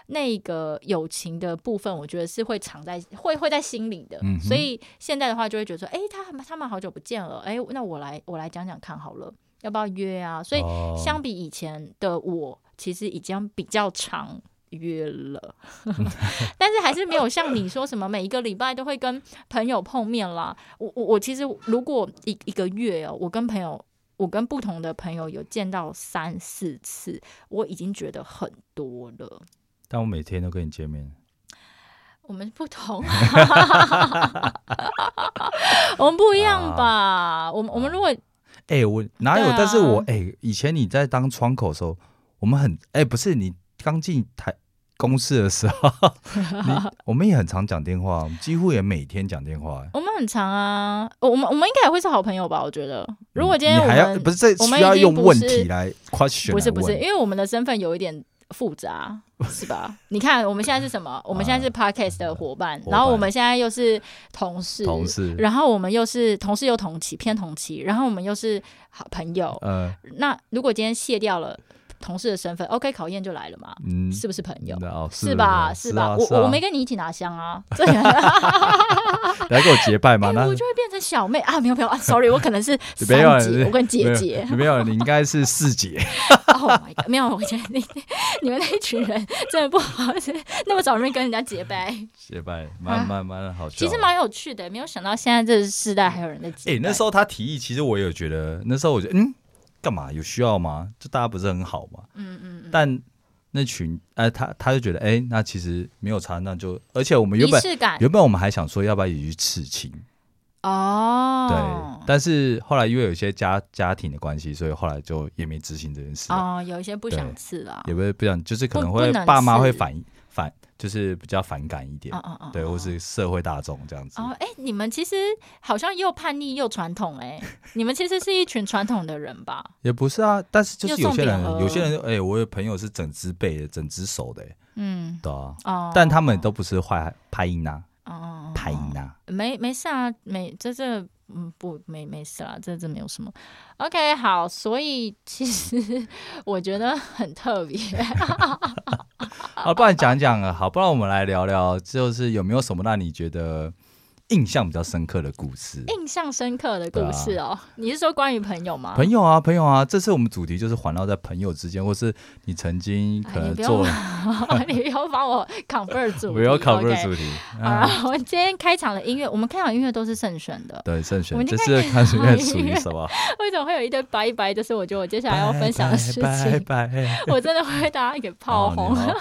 B: 那一个友情的部分，我觉得是会藏在会会在心里的。
A: 嗯哼
B: 所以现在的话，就会觉得说，哎、他们他们好久不见了，哎、那我来我来讲讲看好了，要不要约啊？所以
A: 哦
B: 相比以前的我，其实已经比较长。约了， (laughs) 但是还是没有像你说什么每一个礼拜都会跟朋友碰面啦。我我我其实如果一一个月哦，我跟朋友，我跟不同的朋友有见到三四次，我已经觉得很多了。
A: 但我每天都跟你见面，
B: 我们不同，啊 (laughs) 我们不一样
A: 啊
B: 吧？我们我们如果
A: 哎、我哪有？
B: 对啊
A: 但是我哎、以前你在当窗口的时候，我们很哎、不是你刚进台公司的时
B: (laughs)
A: 候，你我们也很常讲电话，我们几乎也每天讲电话、哎
B: 我们很长啊，我我们我们应该也会是好朋友吧？我觉得，如果今天
A: 你
B: 我
A: 还要
B: 们
A: 不是这
B: 我们
A: 需要
B: 已经
A: 用
B: 不
A: 问
B: 是
A: 题来 question，
B: 不是
A: 来
B: 不是，
A: 问
B: 因为我们的身份有一点复
A: (laughs)
B: 杂，是吧？你看我们现在是什么？我们现在是 podcast 的伙伴，
A: 啊伙伴
B: 然后我们现在又是同事，
A: 同事
B: 然后我们又是同事又同期偏同期，然后我们又是好朋友。
A: 呃
B: 那如果今天卸掉了同事的身份，OK，考验就来了嘛，
A: 嗯，
B: 是不是朋友？
A: 嗯哦是
B: 是吧？
A: 是
B: 吧？
A: 啊
B: 我
A: 是啊
B: 我没跟你一起拿香啊，这哎，
A: 来跟我结拜嘛， (laughs) 那
B: 我就会变成小妹啊，没有没有啊，sorry，我可
A: (laughs)
B: 能是
A: 没有
B: 三姐，我跟姐
A: 没
B: 姐
A: 有，没有，你应该是四姐。
B: Oh my god！没有，我觉得你 (laughs) 你们那一群人真的不好，那么早就跟人家结
A: (laughs)
B: 拜，
A: (laughs) 结拜，蛮
B: 啊
A: 蛮蛮好笑。
B: 其实蛮有趣的。没有想到现在这个世代还有人在结
A: 哎、
B: 拜。
A: 那时候他提议，其实我有觉得，那时候我觉得，嗯，干嘛有需要吗？就大家不是很好嘛。
B: 嗯嗯嗯，
A: 但那群，哎、他他就觉得，哎、那其实没有差，那就，而且我们原
B: 仪
A: 本
B: 式感
A: 原本我们还想说，要不要一起去刺青？对，
B: 哦，
A: 但是后来因为有一些家家庭的关系，所以后来就也没执行这件事啊，
B: 哦，有一些不
A: 对
B: 想吃了。
A: 也不是不想，就是可能
B: 啊不
A: 会
B: 不能
A: 爸妈会
B: 刺
A: 反反，就是比较反感一点，
B: 哦哦哦，
A: 对，
B: 哦
A: 或是社会大众这样子。
B: 哦，哎、你们其实好像又叛逆又传统
A: (laughs)
B: 哎、你们其实是一群传统的人吧？
A: 也不是啊，但是就是
B: 又
A: 有
B: 送
A: 些人
B: 匾，额
A: 有些人，哎、我有朋友是整只背的，整只手的、哎
B: 嗯，
A: 对啊，
B: 哦，
A: 但他们都不是坏拍音呐，
B: 哦哦，哦
A: 拍音呐，
B: 没没事啊，没这这嗯不没没事啦，这这没有什么。OK，好，所以其实我觉得很特别。
A: 啊，不然讲讲啊，好，不然我们来聊聊，就是有没有什么让你觉得印象比较深刻的故事？
B: 印象深刻的故事哦，你是说关于朋友吗？
A: 朋友啊，朋友啊，这次我们主题就是环绕在朋友之间，或是你曾经可
B: 哎
A: 能
B: 你不要
A: 做了，
B: (laughs) 你不要把我 convert
A: (laughs)
B: 主题，
A: 我要 cover
B: OK
A: 主题，
B: 好
A: 啊，
B: 啦，我们今天开场的音乐，我们开场音乐都是慎选的。 (laughs)
A: 对，慎
B: 我
A: 选，
B: 们
A: 这
B: 今
A: 次
B: 天
A: 看谁
B: 可以
A: 属于什
B: (laughs)
A: 么？
B: 为什么会有一堆拜拜？就是我觉得我接下来要分享的事情，
A: 拜拜。拜
B: (laughs) 我真的会被大家给炮
A: 哦
B: 轰。
A: 你好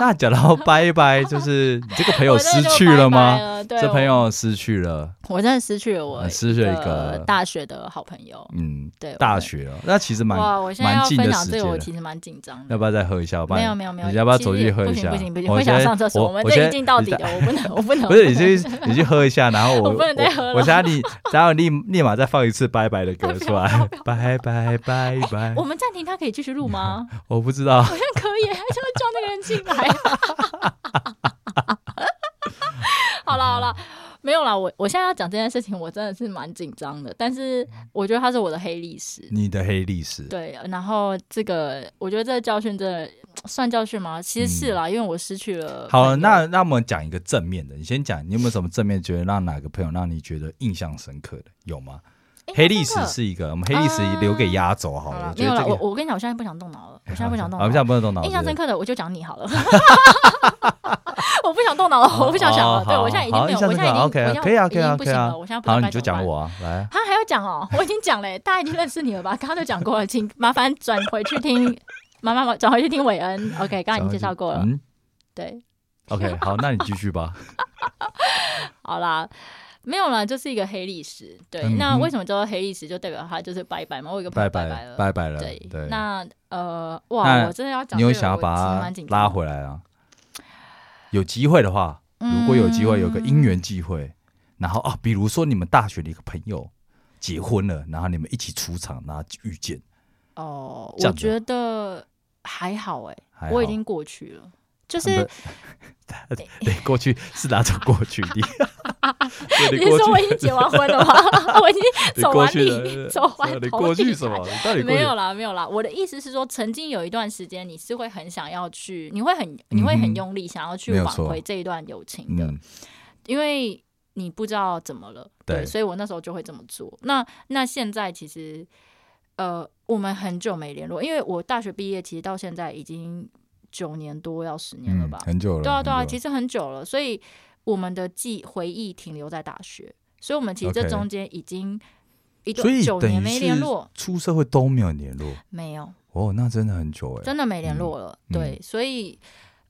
A: 那讲到拜拜，就是你这个朋友
B: 我真
A: 失
B: 的就
A: 去
B: 拜
A: 了
B: 拜
A: 吗？
B: 了对，
A: 这朋友失去了，
B: 我，我真的失去了我
A: 呃失去了一
B: 的
A: 个
B: 大学的好朋友。
A: 嗯，
B: 对，
A: 大
B: 我
A: 学了。那其实蛮，
B: 哇，我现在
A: 蛮
B: 要
A: 近的
B: 分享
A: 时
B: 这个，
A: 间
B: 我
A: 了
B: 其实蛮紧张
A: 要
B: 的。
A: 不要再喝一下？我帮
B: 没有没有没有，
A: 你要不要
B: 其
A: 走
B: 实
A: 进去喝一
B: 不行
A: 下？
B: 不行不行，
A: 我
B: 会想
A: 先
B: 上厕所。
A: 我
B: 我们
A: 我
B: 这
A: 先
B: 一镜到
A: 你
B: 底的，我不能，我不
A: (laughs)
B: 能。
A: 不是你
B: (laughs)
A: 去你去喝一下，然后我
B: 我不能再喝了
A: 我现在立，然后立立马再放一次拜拜的
B: (laughs)
A: 歌出来，拜拜拜拜
B: 我。们暂停，他可以继续
A: (laughs)
B: 录吗？
A: 我不知道，
B: 好像可以，就叫那个人进来。 (laughs) 好了好了，没有啦，我我现在要讲这件事情，我真的是蛮紧张的，但是我觉得它是我的黑历史。
A: 你的黑历史。
B: 对，然后这个我觉得这个教训真的算教训吗？其实是啦，因为我失去了朋友。
A: 嗯好，那那我们讲一个正面的，你先讲，你有没有什么正面觉得让哪个朋友让你觉得印象深刻的？有吗？
B: 诶
A: 黑历史
B: 那这个
A: 是一个，我们黑历史
B: 啊
A: 留给压轴好
B: 好
A: 了。
B: 了
A: 我，觉
B: 呃没有
A: 得
B: 了。
A: 这
B: 我
A: 个
B: 我跟你讲，我现在不想动脑了，我现在不想动
A: 啊
B: 脑
A: 我现。在不能动脑。
B: 印象深
A: 刻，
B: 刻的，我就讲你好了。 (laughs) 我不想动脑了，我不想想
A: 哦
B: 了。对
A: 好
B: 我现在已经
A: 好
B: 没有，
A: 印象
B: 我
A: 深刻
B: 现在已经，我
A: OK，
B: 现在
A: 可以啊，
B: 已
A: 可以啊，
B: 经不
A: 可以
B: 行
A: 啊
B: 了，我现在。不
A: 好，
B: 能
A: 你就讲我啊，来啊。
B: 他还要讲哦，我已经讲嘞，大家已经认识你了吧？刚刚就讲过了，请麻烦转回去听，麻烦转回去听韦恩。OK，刚刚已经介绍过了，
A: 嗯
B: 对， (laughs)
A: ，OK，好，那你继续吧。
B: 好啦。没有啦，就是一个黑历史。对，
A: 嗯
B: 那
A: 哼
B: 为什么叫做黑历史？就代表它就是拜拜嘛。我有一个朋
A: 拜
B: 友拜
A: 拜
B: 了，
A: 拜拜了。
B: 对，
A: 对，
B: 那呃，
A: 那
B: 哇，我真的要讲
A: 你
B: 这个，
A: 有
B: 我
A: 想要把
B: 其实蛮
A: 它
B: 紧张
A: 拉回来啊？有机会的话，如果有机会，有个因缘际会，然后啊，比如说你们大学的一个朋友结婚了，然后你们一起出场，然后遇见，
B: 哦，
A: 这
B: 我
A: 样子
B: 觉得还好哎、
A: 还
B: 我已
A: 好啊
B: 经过去了。就
A: 不
B: 是
A: 对， (laughs) 过去是哪种过去
B: (laughs)
A: 的？对
B: 你
A: 你
B: 是
A: 过
B: 说我已
A: 去
B: 经结完婚了吗？ (laughs) 我已经
A: 你
B: 走
A: 过
B: 完
A: 去
B: 你
A: (laughs) 的
B: 走完
A: 啊你
B: 头
A: 过去
B: 地
A: 什
B: 毯
A: 么？你到底过
B: (laughs) 没
A: 去
B: 有啦，没有啦。我的意思是说，曾经有一段时间，你是会很想要去，你会很，你会
A: 嗯
B: 很
A: 哼
B: 用力想要去
A: 没有
B: 挽
A: 错
B: 回这一段友情的，
A: 嗯，
B: 因为你不知道怎么了。
A: 对
B: 所以我那时候就会这么做。那那现在其实，呃，我们很久没联络，因为我大学毕业，其实到现在已经九年多，要十年了
A: 嗯
B: 吧？
A: 很久了，
B: 对啊，对啊，其
A: 实
B: 实很久了，所以我们的记回忆停留在大学，所以我们其实
A: OK
B: 这中间已经一
A: 所
B: 段
A: 以
B: 九
A: 等
B: 年
A: 于
B: 没
A: 是
B: 联络，
A: 出社会都没有联络，
B: 没有，
A: 哦，那真的很久哎，
B: 真的没联络了。
A: 嗯
B: 对，所以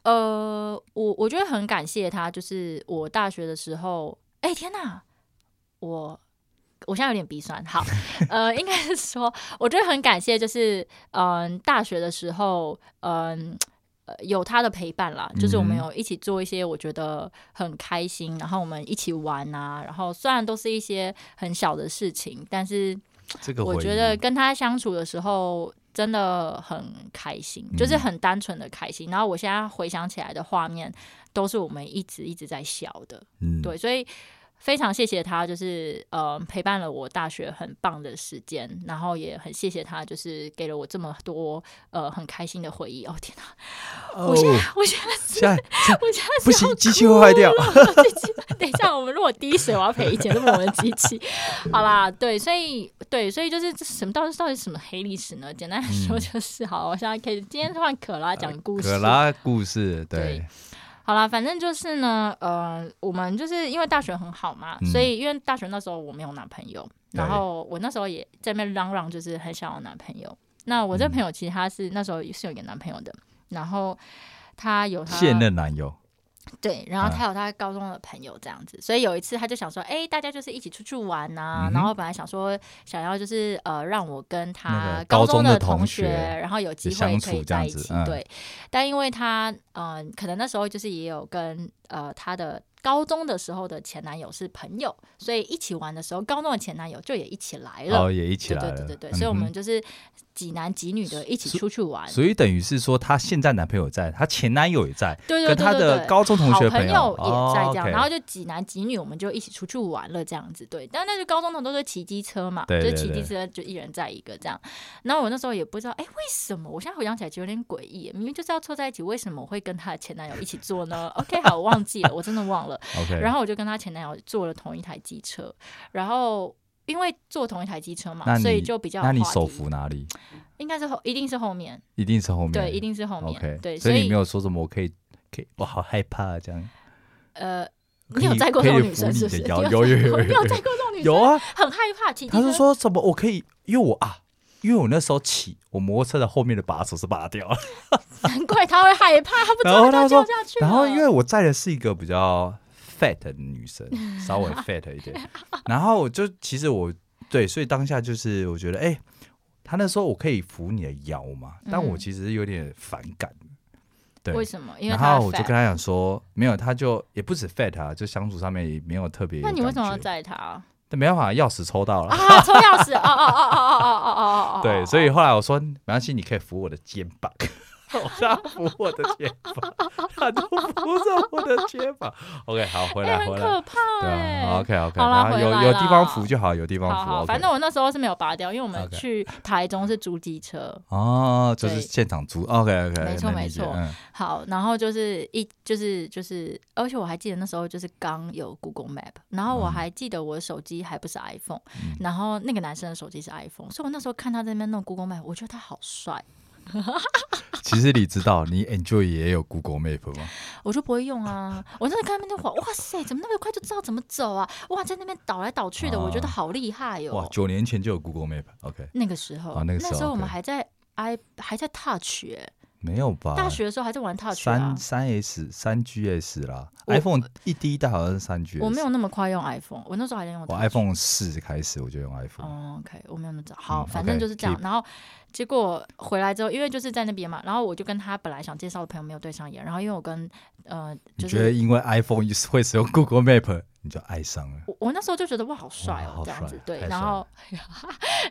B: 呃，我我觉得很感谢他，就是我大学的时候，哎、天哪，我。我现在有点鼻酸，好， (laughs) 呃，应该是说，我觉得很感谢，就是嗯、大学的时候，嗯、呃，有他的陪伴啦，就是我们
A: 嗯哼
B: 有一起做一些我觉得很开心，然后我们一起玩啊，然后虽然都是一些很小的事情，但是
A: 这个
B: 我
A: 回
B: 觉
A: 忆
B: 得跟他相处的时候真的很开心，
A: 嗯
B: 就是很单纯的开心。然后我现在回想起来的画面，都是我们一直一直在笑的。
A: 嗯
B: 对，所以非常谢谢他，就是呃陪伴了我大学很棒的时间，然后也很谢谢他，就是给了我这么多呃很开心的回忆。哦天哪， (laughs)
A: 哦
B: 我现在我现在
A: 现在
B: 我现在
A: 不
B: 想
A: 行，机器会坏
B: (laughs)
A: 掉。
B: 等一下，我们如果滴水，我要赔钱，这是我们的机
A: (laughs)
B: 器。好啦，对，所以对，所以就是这什么到底到底什么黑历史呢？简单来说就是，好，我现在可以今天换可拉讲 (laughs) 故事。
A: 嗯呃可拉故事，对
B: 对，好啦，反正就是呢，呃，我们就是因为大学很好嘛，
A: 嗯
B: 所以因为大学那时候我没有男朋友，
A: 对
B: 然后我那时候也在那边嚷嚷，就是很想要男朋友。那我
A: 嗯
B: 这朋友其实他是那时候是有一个男朋友的，然后他有他
A: 现任男友，
B: 对，然后
A: 啊
B: 他有他高中的朋友这样子，所以有一次他就想说，哎、大家就是一起出去玩呐、
A: 嗯哼
B: 然后本来想说，想要就是呃，让我跟
A: 那
B: 他
A: 个高
B: 中
A: 中的
B: 同
A: 同
B: 学，
A: 学
B: 然后有机
A: 相
B: 会可
A: 处
B: 以
A: 这样
B: 在一
A: 子
B: 起。
A: 嗯
B: 对，但因为他嗯、呃可能那时候就是也有跟呃他的高中的时候的前男友是朋友，所以一起玩的时候，高中的前男友就也一起来
A: 然
B: 了。
A: 后也哦一起
B: 对
A: 来
B: 对
A: 了，
B: 对对对，
A: 嗯
B: 所以我
A: 哼
B: 们就是几男几女的一起
A: 所
B: 出去玩。
A: 所以等于是说，她现在男朋友在，她前男友也在，
B: 对对对
A: 跟她
B: 对对
A: 的。高中同
B: 好
A: 学
B: 朋
A: 友
B: 也在这样，
A: 哦，OK
B: 然后就几男几女，我们就一起出去玩了这样子。对，但那就高中同学都是骑机车嘛，
A: 对对
B: 就是骑
A: 对
B: 机车就一人载一个这样。然后我那时候也不知道，哎，为什么？我现在回想起来就有点诡异，明明就是要凑在一起，为什么我会跟她的前男友一起坐呢
A: (laughs)
B: ？OK，好，我忘记了，我真的忘了。
A: OK，
B: 然后我就跟她前男友坐了同一台机车，然后。因为坐同一台机车
A: 那
B: 嘛，
A: 你
B: 所以就比较有
A: 那你
B: 话
A: 手
B: 题
A: 扶哪里？
B: 应该是后，一定是后面，
A: 一定是后面，
B: 对，一定是后面
A: OK，
B: 对，
A: 所
B: 以
A: 以你没有说什么，我可以，可以，我好害怕啊这样。
B: 呃，
A: 可
B: 你有
A: 以
B: 载过
A: 可以
B: 这种女
A: 扶
B: 生
A: 你
B: 是不
A: 的
B: 是？
A: 腰
B: (laughs) 你
A: 有有有有
B: 你有载过这种女生？
A: 有啊，
B: 很害怕骑机车。
A: 他是说什么？我可以，因为我啊，因为我那时候骑我摩托车的后面的把手是拔掉了， (laughs)
B: 难怪他会害怕，他不知
A: 然
B: 道
A: 后
B: 他
A: 他
B: 掉
A: 说
B: 下去了。
A: 然后因为我载的是一个比较 fat 的女生，稍
B: (laughs)
A: 微 fat 一点，然后我就其实我对，所以当下就是我觉得，哎、他那时候我可以扶你的腰嘛，但我
B: 嗯
A: 其实有点反感，对。
B: 为什么？因为
A: 然
B: 他
A: 后我就
B: fat
A: 跟他讲说，没有，他就也不止 fat 啊，就相处上面也没有特别有
B: 那
A: 感
B: 你
A: 觉。
B: 为什么要
A: (laughs)
B: 载他啊？
A: 但没办法，钥匙抽到了。
B: 啊抽钥匙！哦哦哦哦哦哦哦哦哦！
A: (laughs) 对，所以后来我说没关系，你可以扶我的肩膀。 (laughs) 我说他扶我的肩膀，他都扶着我的肩膀。OK，好， (laughs) 回
B: 哎，
A: 来
B: 很
A: 回来
B: 可，怕
A: 对啊
B: 哎。
A: ，OK OK，
B: 好啦
A: 然后
B: 回
A: 有
B: 来
A: 有
B: 啦
A: 地方扶就好，有地方
B: 好
A: 扶
B: 好，
A: OK
B: 反正我那时候是没有拔掉，因为我们
A: OK
B: 去台中是租机车，
A: 哦，就是
B: 对
A: 现场租，OK OK，
B: 没错没错
A: 嗯，
B: 好，然后就是一就是就是，而且我还记得那时候就是刚有 Google Map，然后我
A: 嗯
B: 还记得我的手机还不是 iPhone，、
A: 嗯
B: 然后那个男生的手机是 iPhone，所以我那时候看他在那边弄 Google Map，我觉得他好帅，
A: 其实你知道，你 Enjoy 也有 Google Map
B: (laughs)
A: 吗？
B: 我就不会用啊，我真的看他那边滑，哇塞，怎么那么快就知道怎么走啊？哇，在那边倒来倒去的，
A: 啊
B: 我觉得好厉害哟、
A: 哇，九年前就有 Google Map，OK，
B: 那个时候，
A: 啊那个时候
B: 我们
A: OK
B: 还在 i 还在 Touch 耶、
A: 没有吧？
B: 大学的时候还在玩 Touch 啊
A: 啊三，三 S 三 GS 啦
B: 我
A: ，iPhone 一第一代好像是三 G，
B: 我没有那么快用 iPhone，我那时候还在用
A: 我
B: Touch
A: iPhone 四开始我就用 iPhone，、
B: 哦，OK，我没有那么早。好，
A: 嗯
B: 反
A: ，OK，
B: 正就是这样。
A: keep
B: 然后结果回来之后，因为就是在那边嘛，然后我就跟他本来想介绍的朋友没有对上眼，然后因为我跟呃，就
A: 你觉得
B: 是
A: 因为 iPhone (laughs) 会使用 Google Map，你就爱上了？
B: 我我那时候就觉得哇，好
A: 哇
B: 帅哦，
A: 好
B: 这样子
A: 帅
B: 对
A: 太。
B: 然
A: 帅
B: 后， (laughs)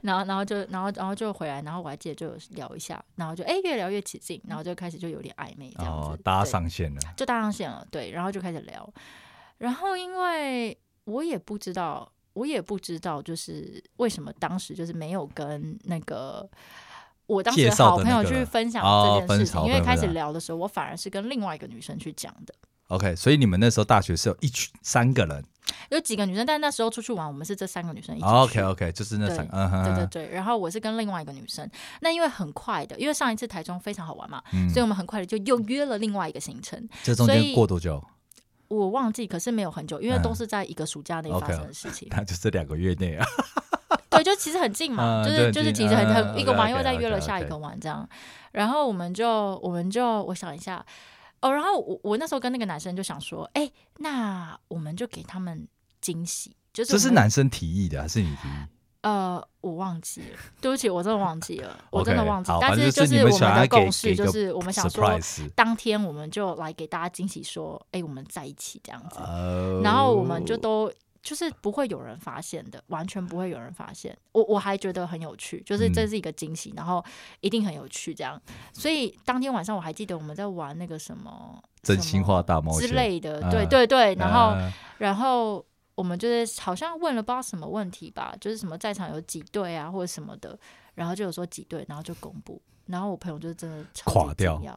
B: 然后然后就然后然后就回来，然后我还记得就聊一下，然后就哎越聊越起劲，然后就开始就有点暧昧这样子，
A: 哦，搭
B: 对
A: 上线了，
B: 就搭上线了，对，然后就开始聊。然后因为我也不知道，我也不知道，就是为什么当时就是没有跟那个我当时
A: 介
B: 的
A: 绍
B: 好
A: 的
B: 朋
A: 那
B: 友
A: 个
B: 去
A: 人
B: 分享
A: 哦
B: 这件
A: 分
B: 事
A: 手
B: 情，因为
A: 分
B: 开始
A: 分啊
B: 聊的时候，我反而是跟另外一个女生去讲的，
A: OK，所以你们那时候大学是有一群三个人
B: 有几个女生，但那时候出去玩，我们是这三个女生一起去。
A: ，OK OK，就是那三个，哦嗯哼
B: 对对
A: 哼，
B: 对，然后我是跟另外一个女生，那因为很快的，因为上一次台中非常好玩嘛，
A: 嗯
B: 所以我们很快的就又约了另外一个行程，
A: 这中
B: 所
A: 间
B: 以
A: 过多久？
B: 我忘记，可是没有很久，因为都
A: 嗯
B: 是在一个暑假内
A: ，OK
B: 发生的事情。
A: 那就是两个月内啊，
B: (laughs) 对，就其实很近嘛，
A: 嗯
B: 就
A: 对
B: 是
A: 很
B: 就是
A: 近
B: 其实很
A: 嗯
B: 很一个玩，又
A: OK，OK，
B: 再约了
A: OK，OK
B: 下一个玩这样。然后我们就我们就我想一下，哦，然后我我那时候跟那个男生就想说，哎，那我们就给他们惊喜，就是
A: 这是
B: 我们
A: 男生提议的还是你提议？
B: 呃，我忘记了，对不起，我真的忘记了，我真的
A: OK，
B: 忘记
A: 好，
B: 但
A: 反正
B: 是
A: 就是你
B: 我
A: 们
B: 们
A: 想
B: 的
A: 要给
B: 共识
A: 给一
B: 就
A: 个
B: 是我们想说，
A: surprise，
B: 当天我们就来给大家惊喜，说，哎，我们在一起这样子。
A: 哦
B: 然后我们就都就是不会有人发现的，完全不会有人发现。我我还觉得很有趣，就是这
A: 嗯
B: 是一个惊喜，然后一定很有趣这样。所以当天晚上我还记得我们在玩那个什么
A: 真心话大冒
B: 什么
A: 险
B: 之类的，
A: 啊
B: 对对对，然后、
A: 嗯
B: 然后。我们就是好像问了不知道什么问题吧，就是什么在场有几对啊，或者什么的，然后就有说几对，然后就公布，然后我朋友就真的超级
A: 垮掉
B: 惊讶，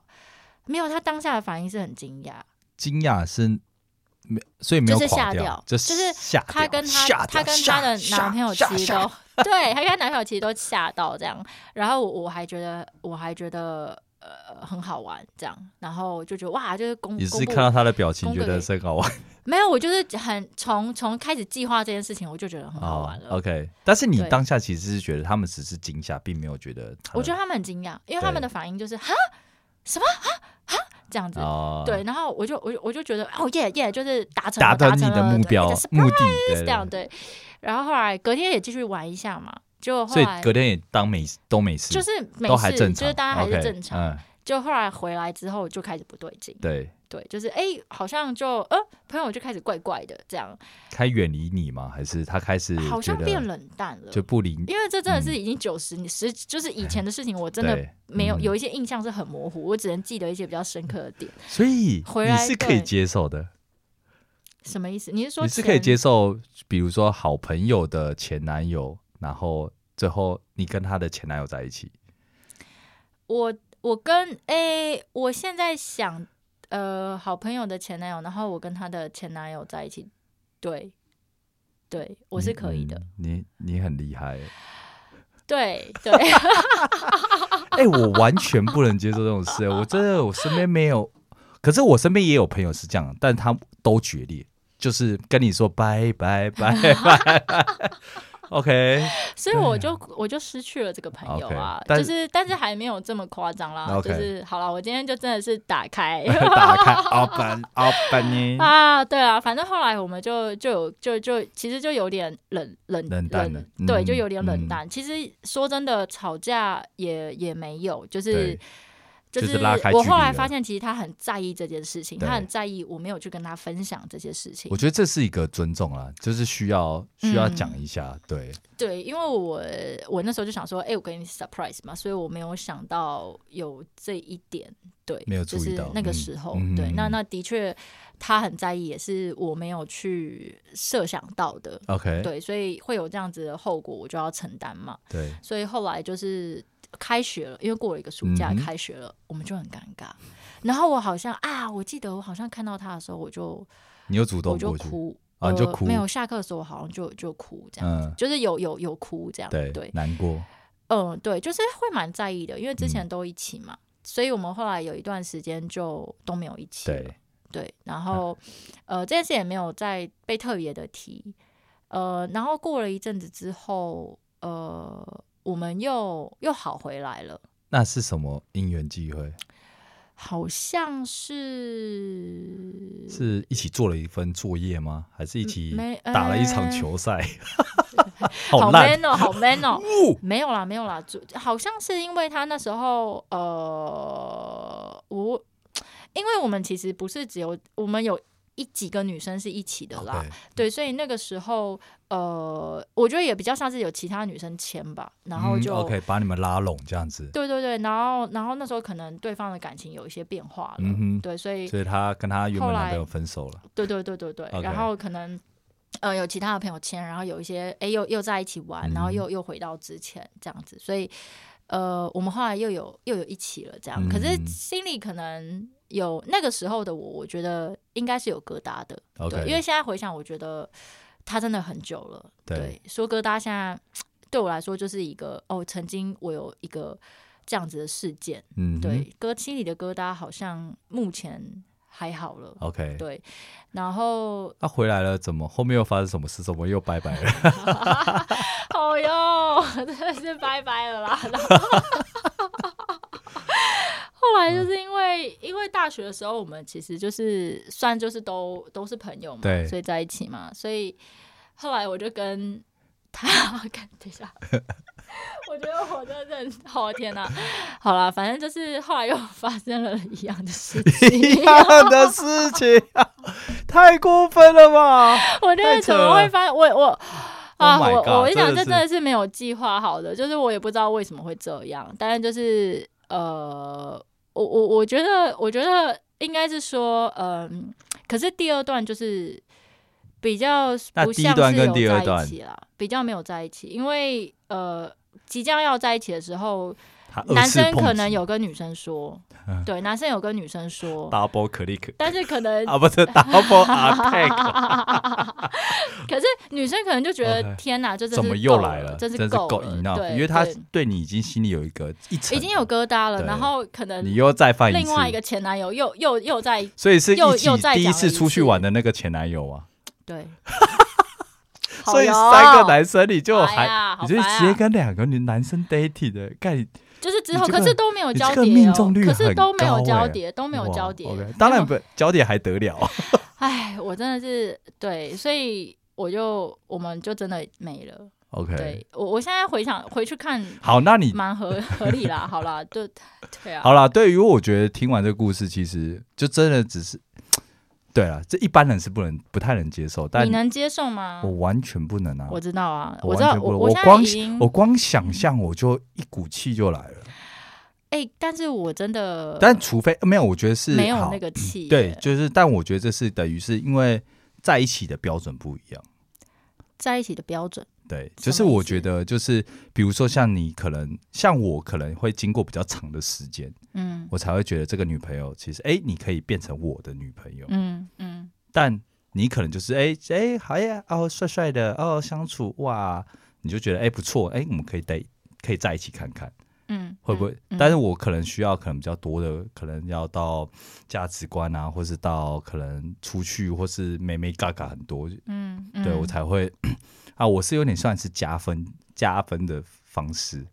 B: 没有他当下的反应是很惊讶，
A: 惊讶是没，所以没有
B: 就是
A: 垮
B: 吓
A: 掉
B: 掉，
A: 就
B: 就是
A: 吓
B: 她
A: 掉
B: 跟
A: 吓
B: 她她
A: 掉
B: 跟她的
A: 吓
B: 男朋友
A: 吓
B: 其实
A: 吓
B: 都 (laughs) 对，她跟她男朋友其实都吓到这样。然后我我还觉得我还觉得呃很好玩这样，然后我就觉得哇，就是公
A: 你是
B: 公布
A: 看到他的表情
B: 公布
A: 觉得
B: 给
A: 是很好玩
B: 没有，我就是很从从开始计划这件事情，我就觉得很 (laughs) 好玩了。
A: 哦 OK，但是你
B: 对
A: 当下其实是觉得他们只是惊吓，并没有觉得他的。
B: 我觉得他们很惊讶，因为他们
A: 对
B: 的反应就是哈什么哈哈这样子。
A: 哦，
B: 对，，然后我就我就我就觉得哦耶耶，就是达成
A: 达
B: 了
A: 到你
B: 成
A: 的
B: 了
A: 目
B: 对
A: 标嗯
B: ，it's a
A: 目的，对
B: 这
A: 对
B: 样
A: 对
B: 对。然后后来隔天也继续玩一下嘛，就后
A: 所以
B: 来
A: 隔天也当没事都没事，
B: 就是没
A: 都还
B: 事，
A: 正常，
B: 就是大家还是
A: OK，
B: 正常。
A: 嗯，
B: 就后来回来之后就开始不对劲，
A: 对，
B: 对，就是哎、好像就呃朋友就开始怪怪的这样，
A: 他远离你吗？还是他开始
B: 好像
A: 觉得
B: 变冷淡了。
A: 就不理你？
B: 因为这真的是已经九十、你十就是以前的事情，我真的
A: 对
B: 没有
A: 嗯
B: 有一些印象是很模糊，我只能记得一些比较深刻的点。
A: 所以
B: 回
A: 你
B: 来
A: 是可以
B: 对
A: 接受的，
B: 什么意思？你是说
A: 你是可以
B: 前
A: 接受，比如说好朋友的前男友，然后最后你跟他的前男友在一起，
B: 我我跟诶、我现在想呃，好朋友的前男友，然后我跟他的前男友在一起，对，对我是可以的，
A: 嗯你你很厉害欸，
B: 对对
A: 哎、我完全不能接受这种事，我真的我身边没有，可是我身边也有朋友是这样，但他都决裂，就是跟你说拜拜拜拜拜，OK， (laughs)
B: 所以我就我就失去了这个朋友啊
A: 啊 OK，但
B: 就是但是还没有这么夸张啦
A: OK
B: 就是好了，我今天就真的是
A: (laughs)
B: 打开
A: 打开 open opening，
B: 啊，对啊，反正后来我们就就有就就其实就有点冷冷
A: 冷淡了嗯
B: 对，就有点冷
A: 嗯
B: 淡。其实说真的，吵架也也没有，就是
A: 对。
B: 就
A: 就是
B: 是
A: 拉开
B: 我
A: 距
B: 后
A: 离
B: 来
A: 了
B: 发现，其实他很在意这件事情，
A: 对
B: 他很在意我没有去跟他分享这些事情
A: 我。觉得这是一个尊重啊，就是需要需要
B: 嗯
A: 讲一下，对，
B: 对，因为我我那时候就想说，哎、我给你 surprise 嘛，所以我没有想到有这一点，对，
A: 没有
B: 就
A: 注意
B: 是
A: 到
B: 那个
A: 嗯
B: 时候，
A: 嗯
B: 对，那
A: 嗯
B: 那的确他很在意，也是我没有去设想到的，
A: OK，
B: 对，所以会有这样子的后果，我就要承担嘛。
A: 对
B: 所以后来就是开学了，因为过了一个暑假，
A: 嗯哼
B: 开学了，我们就很尴尬。然后我好像啊，我记得我好像看到他的时候，我就
A: 你有主
B: 我
A: 动
B: 就
A: 过去，
B: 哭
A: 啊你就
B: 呃
A: 哭
B: 没有下课的时候，我好像就就哭这样，
A: 嗯，
B: 就是有有有哭这样。
A: 对，
B: 对，
A: 难过，
B: 嗯，对，就是会蛮在意的，因为之
A: 嗯
B: 前都一起嘛，所以我们后来有一段时间就都没有一起了
A: 对。，嗯
B: 对，然后、呃这件事也没有再被特别的提，呃，然后过了一阵子之后，呃，我们又又好回来了。
A: 那是什么因缘际会？
B: 好像是嗯
A: 是一起做了一份作业吗？还是一起
B: 没
A: 打了一场
B: 呃
A: 球
B: (laughs)
A: 赛？
B: 好
A: 烂
B: man 哦，好 man
A: (laughs)
B: 哦，
A: 哦！
B: 没有啦，没有啦，主好像是因为他那时候呃，我因为我们其实不是只有我们有一几个女生是一起的啦
A: OK，
B: 对，所以那个时候呃，我觉得也比较像是有其他女生签吧，然后
A: 嗯
B: 就、
A: OK 把你们拉拢这样子，
B: 对对对，然后然后那时候可能对方的感情有一些变化了，
A: 嗯哼
B: 对，所以
A: 所以她跟她原本
B: 后来
A: 男朋友分手了。
B: 对对对对对
A: OK
B: 然后可能呃有其他的朋友签，然后有一些哎又又在一起玩，然后
A: 嗯
B: 又又回到之前这样子，所以呃我们后来又有又有一起了这样，可是
A: 嗯
B: 心里可能有那个时候的我，我觉得应该是有疙瘩的对，因为
A: OK，
B: 现在回想，我觉得他真的很久了，
A: 对
B: 说疙瘩现在对我来说就是一个哦，曾经我有一个这样子的事件，
A: 嗯哼，
B: 对，疙心里的疙瘩好像目前还好了。
A: ，OK，
B: 对，然 (laughs) 后
A: 她回来了，怎么后面又发生什么事？怎么又拜拜了？
B: 哦哟，真的是拜拜了啦。 (laughs) 然后后来就是因为因为大学的时候，我们其实就是算就是都都是朋友嘛，
A: 对
B: 所以在一起嘛，所以后来我就跟他， (laughs) 看等一下。 (laughs) 我觉得我真的很，哦天哪！好啦，反正就是后来又发生了一样的事
A: 一 (laughs)
B: 情，
A: 样的事
B: (laughs)
A: 情，太过分了吧？
B: 我真
A: 太
B: 的
A: 扯
B: 怎么会
A: 了
B: 发我我啊
A: Oh my
B: 我
A: God，
B: 我跟你讲，这
A: 真的是
B: 真的是没有计划好的，就是我也不知道为什么会这样，但是就是呃，我我我觉得我觉得应该是说，嗯、可是第二段就是比较
A: 那
B: 不
A: 第一
B: 像
A: 段
B: 是
A: 跟
B: 有
A: 第二
B: 在
A: 段
B: 一起啦，比较没有在一起，因为呃。即将要在一起的时候，
A: 她二
B: 男
A: 次
B: 生
A: 碰
B: 可能
A: 击 (laughs) 嗯
B: 有跟女生说，对，男生有跟女生说，
A: double click
B: 但是可能
A: 啊，不是 double
B: (laughs)
A: attack，
B: 可是女生可能就觉得
A: OK
B: 天哪，这真
A: 怎
B: 是
A: 么又
B: 够
A: 来了？
B: 真
A: 是
B: 是够
A: 够
B: 了
A: enough，
B: 对，
A: 因为她
B: 对
A: 对你已经心里有一个一层，
B: 已经有疙瘩了，
A: 对
B: 然后可能
A: 你又再犯一次，
B: 另外一个前男友又又又在
A: 所以是
B: 又
A: 一起
B: 又再
A: 第一
B: 讲了
A: 次
B: 一
A: 出去
B: 次
A: 玩的那个前男友啊，
B: (laughs) 对，好
A: 所以
B: 哟
A: 三个男生你就
B: 哎
A: 还、
B: 呀好
A: 你就
B: 烦啊
A: 直接跟两个女男生 dating 的，干你
B: 就是之
A: 你
B: 后，
A: 这个
B: 可是都没有
A: 你
B: 交
A: 这个
B: 叠
A: 命
B: 哦
A: 中率，
B: 可是
A: 很
B: 都没有
A: 高
B: 交
A: 哎
B: 叠，都没有
A: 哇
B: 交叠
A: OK，，当然
B: 没有。
A: 不焦点还得
B: (laughs)
A: 了，
B: 哎，我真的是对，所以我就我们就真的没了。
A: OK，
B: 对我我现在回想回去看，
A: 好，那你
B: 蛮合合理啦，好啦，就对啊，
A: 好啦，对于我觉得听完这个故事，其实就真的只是，对了，这一般人是不能不太能接受，但
B: 你能接受吗？
A: 我完全不能啊，
B: 我知道啊，
A: 我
B: 我知
A: 完
B: 道，
A: 全不
B: 我
A: 能我
B: 现在
A: 光
B: 已
A: 想
B: 经
A: 我光想象我就一股气就来了，
B: 哎、但是我真的
A: 但除非没有，我觉得是
B: 呃没有
A: 好嗯
B: 那个气耶，
A: 对，就是，但我觉得这是等于是因为在一起的标准不一样。
B: 在一起的标准，
A: 对，
B: 什
A: 就
B: 么
A: 是我
B: 意思
A: 觉得，就是比如说像你可能，像我可能会经过比较长的时间，
B: 嗯
A: 我才会觉得这个女朋友其实，哎，你可以变成我的女朋友。
B: 嗯嗯，但
A: 但你可能就是，哎哎，好呀，哦，帅帅的，哦，相处哇，你就觉得，哎，不错，哎，我们可以在可以在一起看看。
B: 嗯
A: 会不会？
B: 嗯
A: 但是我可能需要可能比较多的，可能要到价值观啊，或是到可能出去或是妹妹嘎嘎很多，
B: 嗯，
A: 对
B: 嗯
A: 我才会 (clears throat) 啊，我是有点算是加分加分的方式，
B: 嗯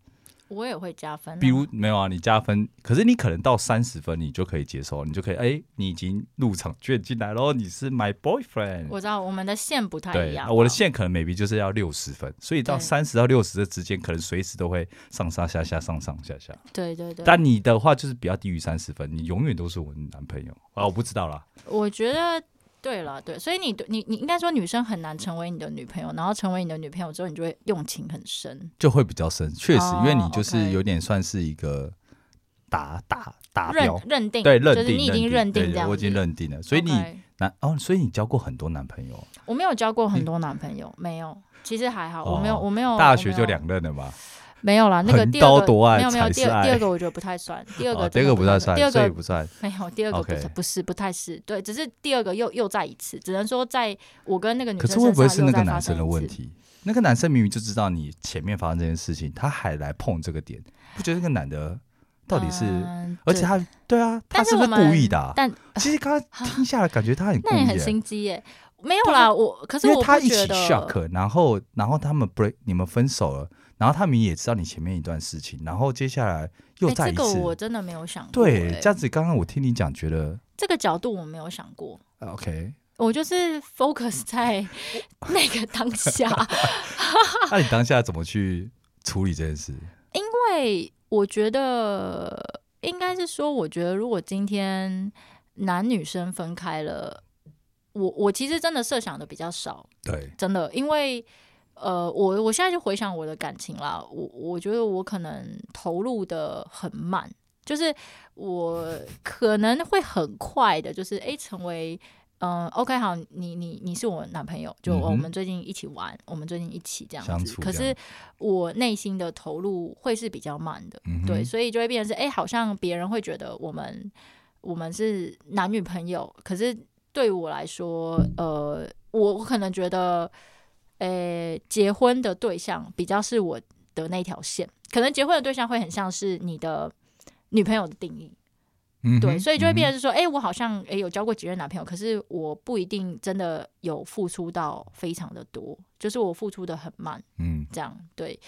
B: 我也会加分啊、
A: 比如没有啊，你加分，可是你可能到三十分你就可以接受，你就可以哎、你已经入场券进来喽，你是 my boyfriend。
B: 我知道我们的线不太一
A: 对，
B: 样
A: 啊
B: 啊，
A: 我的线可能 maybe 就是要六十分，所以到
B: 对
A: 三十到六十的之间，可能随时都会上上下下，上上下下。
B: 对对对，
A: 但你的话就是比较低于三十分，你永远都是我的男朋友啊！我不知道啦，
B: 我觉得。对了，对，所以你对你你应该说女生很难成为你的女朋友，然后成为你的女朋友之后，你就会用情很深，
A: 就会比较深，确实，
B: 哦
A: 因为你就是
B: ，OK
A: 有点算是一个打打打
B: 认
A: 标，
B: 认定
A: 对，认
B: 就
A: 定，
B: 是你已经
A: 认
B: 定
A: 对
B: 这
A: 对
B: 样子，
A: 我已经认定了，所以你
B: OK
A: 男哦，所以你交过很多男朋友，
B: 我没有交过很
A: 你
B: 多男朋友，没有，其实还好，
A: 哦
B: 我没有，我没有，
A: 大学
B: 我没
A: 就
B: 有
A: 两任了嘛，
B: 没有啦，那个
A: 横
B: 第二
A: 刀
B: 个
A: 夺爱
B: 没有没有，
A: 才
B: 第
A: 是
B: 二
A: 爱
B: 第二个我觉得不太算，第二
A: 哦，
B: 个
A: 第
B: 真
A: 二
B: 的
A: 个不太
B: 第
A: 算，
B: 二
A: 所以
B: 个
A: 不算，
B: 没有，第二个不
A: OK
B: 是不是不太是对，只是第二个又又再一次，只能说在我跟那个女
A: 可
B: 生
A: 是会不会
B: 身
A: 是那
B: 上又
A: 个
B: 再
A: 男
B: 发
A: 生
B: 生
A: 的问
B: 一次？嗯
A: 题？那个男生明明就知道你前面发生这件事情，他还来碰这个点，不觉得这个男的到底是？
B: 嗯
A: 而且
B: 对
A: 他对啊，他
B: 但
A: 是不
B: 我
A: 是故
B: 们
A: 意的啊？
B: 但
A: 其实刚刚听下来，感觉他很故
B: 那也
A: 意
B: 很
A: 耶，
B: 心机耶，没有啦，我可是
A: 啊因为
B: 我
A: 他
B: 不
A: 一起
B: 觉得
A: shock，然后然后他们 break，你们分手了，然后他们也知道你前面一段事情，然后接下来又
B: 哎
A: 再
B: 这
A: 一
B: 个
A: 次。
B: 我真的没有想过、
A: 对，
B: 哎
A: 这样子刚刚我听你讲，觉得
B: 这个角度我没有想过。
A: 呃 OK，
B: 我就是 focus 在 (laughs) 那个当下，啊
A: 那你当下怎么去处理这件事？
B: 因为我觉得应该是说，我觉得如果今天男女生分开了，我我其实真的设想的比较少，
A: 对，
B: 真的，因为呃，我我现在就回想我的感情啦，我我觉得我可能投入的很慢，就是我可能会很快的，就是诶成为。嗯，OK，好，你你你是我男朋友，就、
A: 嗯哼
B: 我们最近一起玩，我们最近一起这
A: 相
B: 样子。
A: 处
B: 可
A: 这
B: 是
A: 样
B: 我内心的投入会是比较慢的，
A: 嗯哼
B: 对，所以就会变成是，诶，好像别人会觉得我们我们是男女朋友，可是对我来说，呃，我我可能觉得，呃，结婚的对象比较是我的那条线，可能结婚的对象会很像是你的女朋友的定义，
A: 嗯哼
B: 对，所以就
A: 嗯
B: 会
A: 哼
B: 变成是说，诶，我好像诶有交过几任男朋友，可是我不一定真的有付出到非常的多，就是我付出的很慢。
A: 嗯
B: 这样对。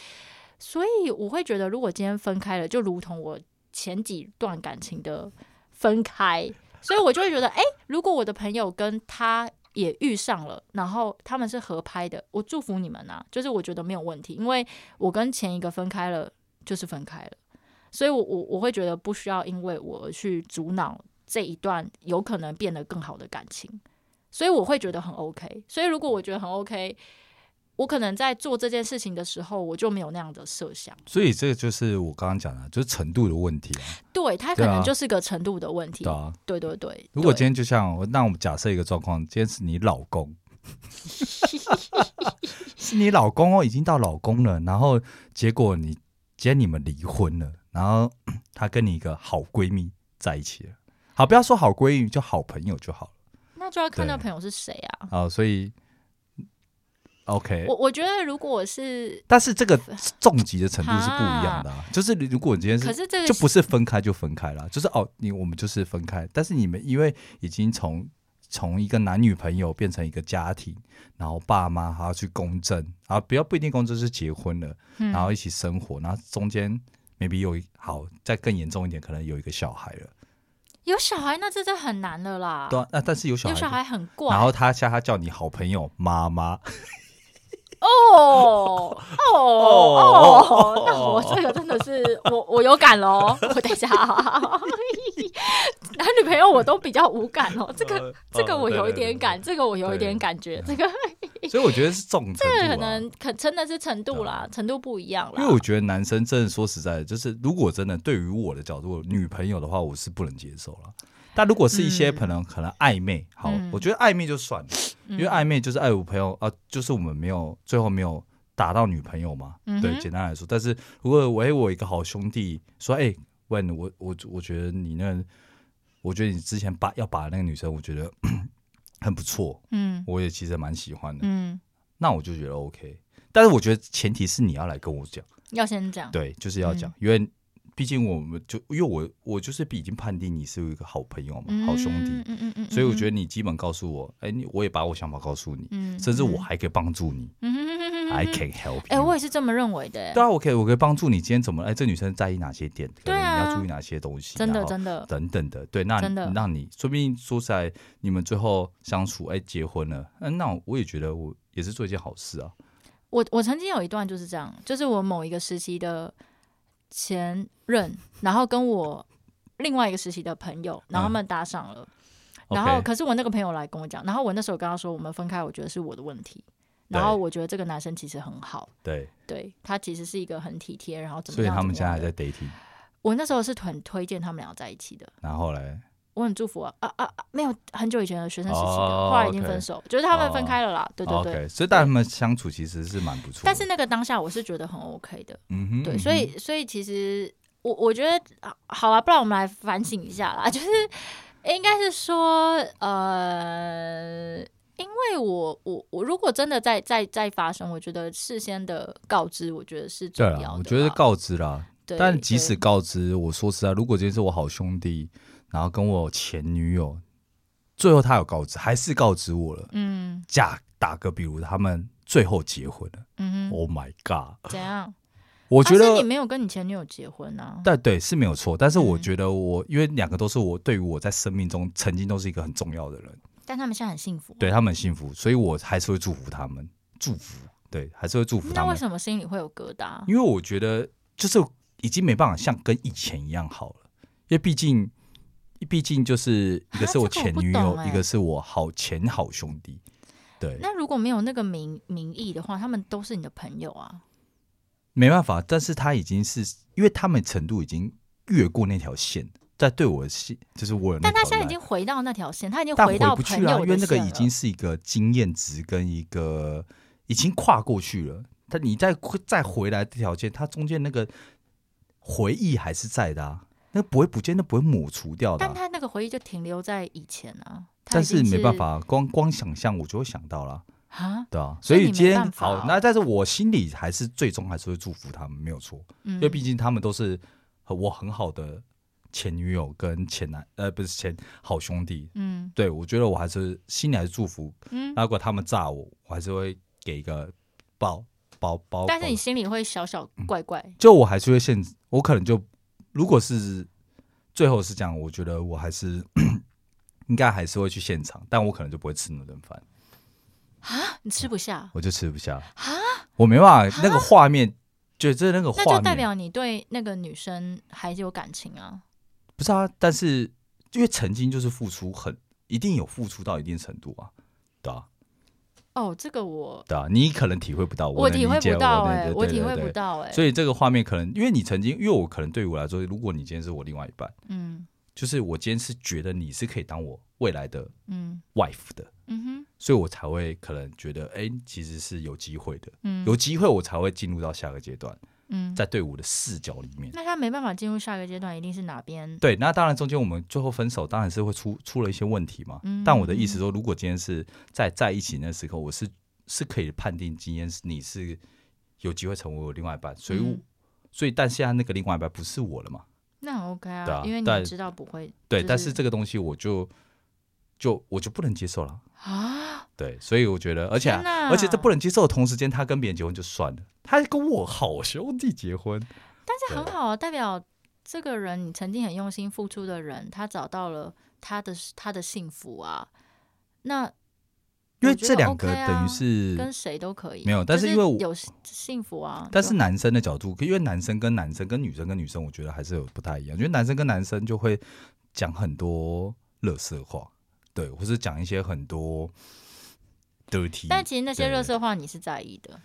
B: 所以我会觉得，如果今天分开了，就如同我前几段感情的分开，所以我就会觉得，哎、如果我的朋友跟他也遇上了，然后他们是合拍的，我祝福你们啊，就是我觉得没有问题，因为我跟前一个分开了，就是分开了，所以我我我会觉得不需要因为我而去阻挠这一段有可能变得更好的感情，所以我会觉得很 OK。所以如果我觉得很 OK，我可能在做这件事情的时候，我就没有那样的设想。
A: 所以这个就是我刚刚讲的，就是程度的问题啊，
B: 对，它可
A: 对啊
B: 能就是个程度的问题。
A: 对啊。
B: 对对对。
A: 如果
B: 对
A: 今天就像我，那我们假设一个状况，今天是你老公，是你老公哦，已经到老公了，然后结果你今天你们离婚了，然后她跟你一个好闺蜜在一起了，好，不要说好闺蜜，就好朋友就好了
B: 那就要看那
A: 对
B: 朋友是谁啊。
A: 啊、所以，OK，
B: 我我觉得如果是，
A: 但是这个重疾的程度是不一样的、啊，就是如果你今天
B: 可
A: 是
B: 是这个
A: 就不是分开就分开了，就是哦，你我们就是分开，但是你们因为已经从从一个男女朋友变成一个家庭，然后爸妈还要去公证，然后不要不一定公证是结婚了，
B: 嗯
A: 然后一起生活，然后中间 maybe 有一好再更严重一点，可能有一个小孩了，
B: 有小孩，那这真的很难了啦。
A: 对、啊，那但是有小
B: 哦有
A: 孩，
B: 小孩很怪。
A: 然后他下他叫你好朋友妈妈，
B: 哦哦
A: 哦
B: 哦，那我这个真的是我我有感喽。我等一下 (laughs) 啊，男女朋友我都比较无感哦。这个
A: 呃
B: 这个
A: 哦
B: 我
A: 对
B: 有一
A: 对
B: 点
A: 对
B: 感，这个我有一点
A: 对
B: 感觉，这个
A: 所以我觉得是重程度、啊，啊
B: 这个可能可真的是程度啦，程度不一样啦。
A: 因为我觉得男生真的说实在的，就是如果真的对于我的角度，女朋友的话，我是不能接受了。但如果是一些
B: 嗯
A: 可能、可能暧昧，好，
B: 嗯
A: 我觉得暧昧就算了，
B: 因
A: 因为暧昧就是爱我朋友啊，就是我们没有最后没有打到女朋友嘛，
B: 嗯哼
A: 对，简单来说。但是如果我哎我一个好兄弟说，哎、问 w 我我我觉得你那，我觉得你之前把要把那个女生，我觉得 (clears throat) 很不错，
B: 嗯
A: 我也其实蛮喜欢的，
B: 嗯，
A: 那我就觉得 OK。但是我觉得前提是你要来跟我讲。
B: 要先讲，
A: 对，就是要
B: 嗯
A: 讲，因为毕竟我们就因为我我就是已经判定你是一个好朋友嘛，
B: 嗯，
A: 好兄弟，
B: 嗯嗯嗯，
A: 所以我觉
B: 得，
A: 得你基本告诉我，哎、你我也把我想法告诉你，
B: 嗯，
A: 甚至我还可以帮助你、
B: 嗯嗯嗯嗯嗯
A: i can help you。
B: 哎，我也是这么认为的，哎
A: 对啊，我可以我可以帮助你今天怎么，哎、这女生在意哪些点，可
B: 对
A: 能你
B: 啊
A: 要注意哪些东西，
B: 真的
A: 然后
B: 真的，
A: 等等的，对，那
B: 真的
A: 让你说不定说起来，你们最后相处，哎、结婚了，嗯、那我也觉得我也是做一件好事啊，
B: 我我曾经有一段就是这样，就是我某一个时期的前任，然后跟我另外一个时期的朋友，然后他们搭上了，然后
A: 嗯 OK
B: 可是我那个朋友来跟我讲，然后我那时候跟他说我们分开，我觉得是我的问题，
A: 对
B: 然后我觉得这个男生其实很好，
A: 对，
B: 对他其实是一个很体贴，然后怎么
A: 所以
B: 样，
A: 他们
B: 怎
A: 现
B: 么
A: 在还
B: 样的
A: 在 dating，
B: 我那时候是很推荐他们俩在一起的，
A: 然后嘞，
B: 我很祝福啊啊啊啊！没有很久以前的学生时期的，
A: 哦
B: 后来已经
A: OK
B: 分手就是他们分开了啦。对对对
A: o k 哦所以但他们相处其实是蛮不错的，
B: 但是那个当下我是觉得很 OK 的，
A: 嗯哼，
B: 对，
A: 嗯
B: 所以所以其实我我觉得啊好了，不然我们来反省一下啦， (laughs) 就是应该是说呃。因为我我我如果真的在在在发生，我觉得事先的告知，我觉得是
A: 哼
B: 重
A: 对
B: 要的啦。
A: 了，我觉得告知啦，
B: 对，
A: 但即
B: 对
A: 使告知，我说实在，如果今天是我好兄弟，然后跟我前女友，最后他有告知，还是告知我了，
B: 嗯
A: 假打个比如，他们最后结婚了、
B: 嗯
A: o h my god，
B: 哼，怎样？啊
A: 我觉
B: 但是你
A: 得，
B: 没有跟你前女友结婚啊？
A: 但对是没有错，但是我
B: 嗯
A: 觉得我因为两个都是我对于我在生命中曾经都是一个很重要的人，
B: 但他们现在很幸福。
A: 对他们很幸福，所以我还是会祝福他们，祝福，对，还是会祝福他
B: 那为
A: 们，
B: 什么心里会有疙瘩？
A: 因为我觉得就是已经没办法像跟以前一样好了，因为毕竟，毕竟就是一个
B: 啊
A: 是我
B: 这个我
A: 前
B: 不
A: 女友，
B: 懂欸
A: 一个是我好前好兄弟，对，
B: 那如果没有那个名名义的话，他们都是你的朋友啊。
A: 没办法，但是他已经是因为他们程度已经越过那条线，在对我的心就是我有那
B: 但
A: 条 line，
B: 他现在已经回到那条线，他已经
A: 但
B: 到
A: 不
B: 朋
A: 去啊，
B: 友
A: 因
B: 的
A: 为那个
B: 线
A: 已
B: 了
A: 经是一个经验值跟一个已经跨过去了。但你再再回来这条线，它中间那个回忆还是在的啊，那不会不见，那不会抹除掉的啊、
B: 但他那个回忆就停留在以前啊。他
A: 但
B: 已经
A: 是没办法，光光想象我就会想到啦，
B: 啊，
A: 对啊，所
B: 所以
A: 以今
B: 你没
A: 天、
B: 办法哦
A: 好，那但是我心里还是最终还是会祝福他们，没有错。
B: 嗯
A: 因为，毕竟他们都是和我很好的前女友跟前男呃不是前好兄弟，
B: 嗯
A: 对我觉得我还是心里还是祝福。
B: 嗯，
A: 那如果他们炸我，我还是会给一个包包包。
B: 但是你
A: 包
B: 心里会小小怪怪，
A: 就我还是会限制，我可能就如果是最后是这样，我觉得我还是 (clears throat) 应该还是会去现场，但我可能就不会吃那顿饭，
B: 啊你吃不下，
A: 我就吃不下啊，我没办法，那个画面。就是那个
B: 那
A: 画
B: 就
A: 面，
B: 代表你对那个女生还是有感情啊。
A: 不是啊，但是因为曾经就是付出很，一定有付出到一定程度啊，对啊，
B: 哦，这个我
A: 对啊，你可能体会不到，能
B: 体会
A: 理解
B: 不到
A: 我能
B: 哎、
A: 对
B: 我
A: 对
B: 体
A: 对
B: 会不
A: 对
B: 到哎、
A: 所以这个画面可能，因为你曾经，因为我可能对我来说，如果你今天是我另外一半，
B: 嗯
A: 就是我今天是觉得你是可以当我未来的
B: 嗯
A: wife 的，
B: 嗯哼
A: 所以我才会可能觉得，哎、其实是有机会的，
B: 嗯
A: 有机会我才会进入到下个阶段，
B: 嗯，
A: 在对我的视角里面。
B: 那他没办法进入下一个阶段，一定是哪边？
A: 对，那当然中间我们最后分手，当然是会出出了一些问题嘛。
B: 嗯
A: 但我的意思说，如果今天是在在一起那时刻，我是是可以判定今天是你是有机会成为我另外一半，所以我、
B: 嗯
A: 所以但现在那个另外一半不是我了嘛？
B: 那很 OK 啊，
A: 对啊
B: 因为你也
A: 但
B: 知道不会
A: 对，
B: 就是
A: 但是这个东西我就就我就不能接受了。
B: 啊，
A: 对，所以我觉得，而且、啊
B: 天哪
A: 而且这不能接受的同时间，他跟别人结婚就算了，他还跟我好兄弟结婚，
B: 但是很好啊，代表这个人你曾经很用心付出的人，他找到了他的他的幸福啊。那
A: 因为
B: 我觉
A: 这
B: 得
A: 两个
B: OK 啊
A: 等于是、
B: 跟谁都可以，啊
A: 没有
B: 就
A: 但
B: 是
A: 是因为我
B: 有幸幸福啊，
A: 但是
B: 就
A: 男生的角度，因为男生跟男生跟女生跟女生，我觉得还是有不太一样。因为男生跟男生就会讲很多乐色话，对，或是讲一些很多 dirty。
B: 但其实那些
A: 对
B: 热色话你是在意的，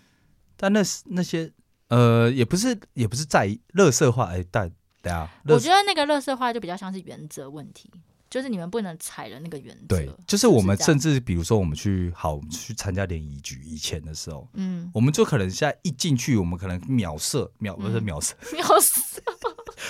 A: 但那是那些呃，也不是也不是在意乐色话，哎、但等下，
B: 我
A: 乐
B: 觉得那个乐色话就比较像是原则问题，就是你们不能踩了那个原则。
A: 对，就是我们
B: 是这样
A: 甚至比如说我们去好我们去参加联谊局以前的时候，
B: 嗯， (laughs)
A: 我们就可能现在一进去，我们可能秒射秒不是
B: 嗯
A: 秒射 (laughs)
B: 要死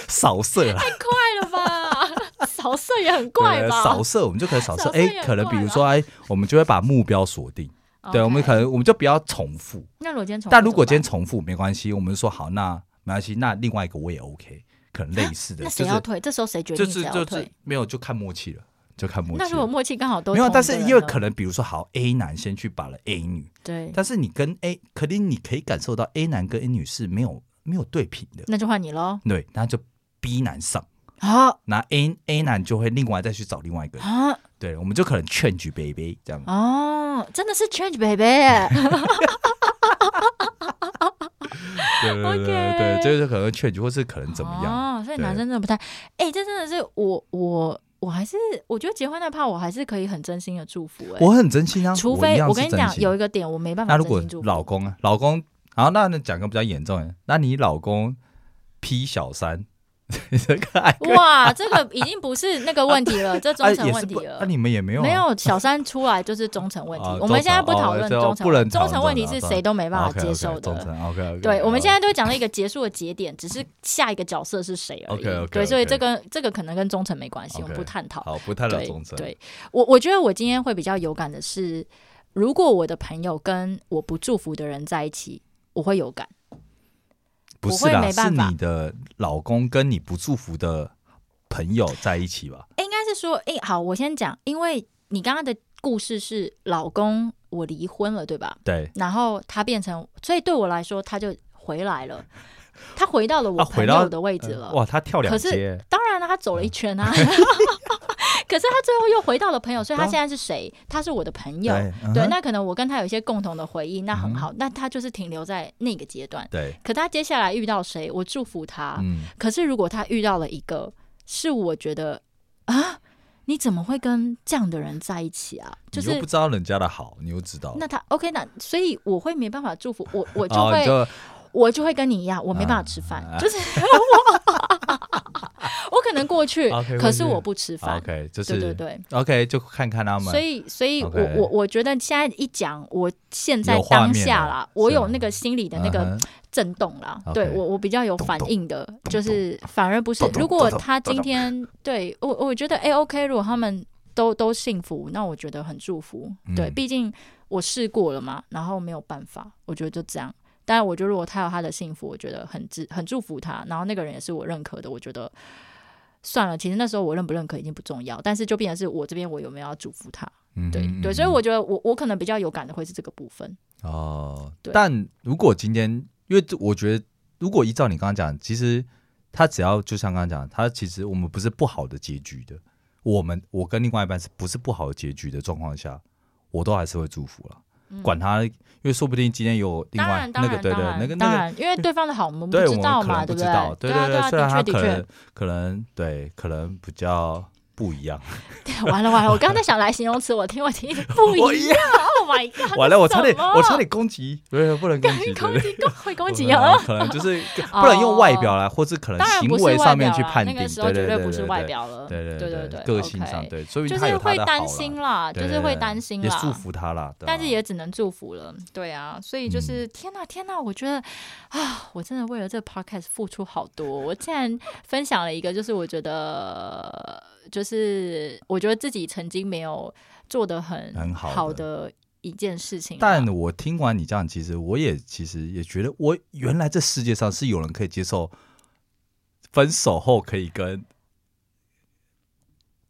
A: 扫射啊
B: (laughs)
A: 啦，
B: 快了吧？ (laughs) 扫射也很怪
A: 对
B: 吧？
A: 扫射我们就可以扫射，
B: 扫射
A: 哎、
B: 也很
A: 可能比
B: 怪
A: 如
B: 吧
A: 说，哎，我们就会把目标锁定，对，我们
B: OK
A: 可能我们就不要重复。
B: 那如果今天重复
A: 但如果
B: 怎么
A: 今天重复没关系，我们就说好，那没关系，那另外一个我也 OK，可能类似的，
B: 办 (laughs) 那
A: 就
B: 谁要
A: 是
B: 退？这时候谁决
A: 就
B: 定谁
A: 是
B: 要
A: 就
B: 退？
A: 是没有就看默契了，就看默
B: 那
A: 契
B: 如果
A: 了。
B: 默契刚好都
A: 没有，
B: 同
A: 但
B: 一个
A: 是
B: 人
A: 因为
B: 呢
A: 可能比如说好 A 男先去把了 A 女，
B: 对，
A: 但是你跟 A，可能你可以感受到 A 男跟 A 女是没有没有对平的，
B: 那就换你喽。
A: 对，那就 B 男上，
B: 啊
A: 那 A A 男就会另外再去找另外一个人。
B: 啊
A: 对，我们就可能劝举 baby 这样。
B: 哦，真的是 change baby 耶
A: (laughs) 对对对
B: OK
A: 对，就是可能劝举，或是可能 (laughs) 怎么样？
B: 哦，所以男
A: 对
B: 生真的不太，哎、这真的是我我我还是我觉得结婚那怕我还是可以很真心的祝福哎、
A: 我很真心啊，
B: 除非
A: 我
B: 跟你讲有一个点我没办
A: 那
B: 法
A: 如
B: 真
A: 果
B: 心祝福，
A: 老公啊，老公，好，那那讲个比较严重的，那你老公 P 小三， (laughs) 这个爱
B: 哇，这个已经不是那个问题
A: (laughs)
B: 了，这忠
A: 哎
B: 诚
A: 啊也
B: 问
A: 是
B: 题
A: 不，
B: 了。
A: 那你们也没有啊
B: 没
A: 没
B: 有小三出来就是忠诚问题
A: 啊，
B: 我们现在不
A: 忠诚
B: 讨论
A: 哦
B: 忠
A: 不能
B: 诚，
A: 讨
B: 忠
A: 论
B: 诚问题是
A: 忠诚
B: 谁都没办法接受
A: 哦忠
B: 的。
A: 诚 OK OK，
B: 对，我们现在都讲了一个结束的节点，只是下一个角色是谁而已。
A: OK，OK，OK
B: 对，所以这个这个可能跟忠诚没关系，我们
A: OK
B: 不探讨。
A: 好不太了
B: 对
A: 忠诚，
B: 对我，我觉得我今天会比较有感的是，如果我的朋友跟我不祝福的人在一起，我会有感。
A: 不
B: 我
A: 是
B: 会
A: 啦，
B: 没
A: 是
B: 办法
A: 你的老公跟你不祝福的朋友在一起吧？
B: 诶应该是说，哎、好，我先讲，因为你刚刚的故事是老公我离婚了，对吧？
A: 对， (laughs)
B: 然后他变成，所以对我来说，他就回来了。他回到了我
A: 啊回
B: 朋
A: 到
B: 友的位置了。
A: 哇，他跳两
B: 可是
A: 阶，嗯
B: 当然了，他走了一圈啊，可 (laughs) 是他最后又回到了朋友，所以他
A: 对啊
B: 现在是谁？他是我的朋友。
A: 对嗯
B: 对，
A: 哼
B: 那可能我跟他有一些共同的回忆，那很
A: 嗯
B: 好。那他就是停留在那个阶段。
A: 对，
B: 可他接下来遇到谁，我祝福他。
A: 嗯，
B: 可是如果他遇到了一个是我觉得啊，你怎么会跟这样的人在一起啊？就
A: 你又
B: 是
A: 不知道人家的好，你又知道，
B: 那他 OK，那所以我会没办法祝福我，我就
A: 哦
B: 会、
A: 你就
B: 我就会跟你一样，我没办法吃饭，
A: 啊
B: 就是 (laughs) 我我可能过去
A: OK，
B: 可是
A: 过去
B: 我不吃饭。
A: 啊 OK，就是
B: 对对对，
A: OK，就看看他们，
B: 所以所以我
A: OK
B: 我我觉得现在一讲，我现在
A: 有画
B: 当
A: 面
B: 下
A: 了
B: 啦，
A: 是
B: 我
A: 啊
B: 有那个心理的那个
A: 嗯哼
B: 震动啦。
A: OK
B: 对我我比较有反应的，就是反而不是
A: 咚。咚
B: 如果
A: 咚咚
B: 他今
A: 咚咚
B: 天对我我觉得哎 OK，如果他们都都幸福，那我觉得很祝福。对，
A: 嗯
B: 毕竟我试过了嘛，然后没有办法，我觉得就这样。但我觉得如果他有他的幸福，我觉得很祝很祝福他。然后那个人也是我认可的，我觉得算了。其实那时候我认不认可已经不重要，但是就变成是我这边我有没有要祝福他？
A: 嗯
B: 对、
A: 哼
B: 对，所以我觉得我我可能比较有感的会是这个部分。
A: 哦
B: 对，
A: 但如果今天，因为这我觉得，如果依照你刚刚讲，其实他只要就像刚刚讲，他其实我们不是不好的结局的，我们我跟另外一半是不是不好的结局的状况下，嗯我都还是会祝福了，
B: 嗯
A: 管他，因为说不定今天有另
B: 当
A: 外
B: 然，当
A: 那
B: 然，
A: 个对对
B: 当然
A: 那个
B: 当
A: 那个。
B: 然，因为对方的好我们
A: 对，我
B: 知
A: 们
B: 道
A: 可
B: 嘛，
A: 能
B: 对
A: 不
B: 不
A: 知道，对
B: 对啊
A: 对，
B: 啊，
A: 虽然他
B: 的确
A: 可能
B: (laughs) 的
A: 可能对，可能比较不一样。
B: 确。完了完了，我刚刚在想来形容词，我听我
A: (laughs)
B: 听不
A: 我
B: 一样。Oh my god！
A: 完了，我差点
B: 什么
A: 我差点攻击，对，不能 (laughs) 攻击，对
B: 攻
A: 对
B: 击攻会攻击
A: 啊
B: 啊！，
A: 可能就是
B: 哦
A: 不能用外表来，或是可能
B: 当然
A: 行
B: 不是
A: 为
B: 外
A: 上
B: 表
A: 面
B: 啦，
A: 去判定，
B: 那个
A: 对
B: 时候
A: 对
B: 绝
A: 对
B: 对
A: 对
B: 不是
A: 对
B: 外表了，
A: 对
B: 对
A: 对
B: 对，
A: 个性上
B: OK
A: 对，所以
B: 就
A: 他
B: 是
A: 有他
B: 会
A: 的好
B: 担
A: 啦
B: 心啦，
A: 对
B: 就是
A: 对
B: 会
A: 对
B: 担心
A: 也
B: 啦，
A: 祝福他啦，对啊嗯
B: 但
A: 吧
B: 是也只能祝福了，对啊，所以就是、天呐天呐，我觉得啊，我真的为了这个 podcast 付出好多。我竟然分享了一个，就是我觉得，就是我觉得自己曾经没有做的很
A: 很好的
B: 好的一件事情啊。
A: 但我听完你这样，其实我也其实也觉得，我原来这世界上是有人可以接受分手后可以跟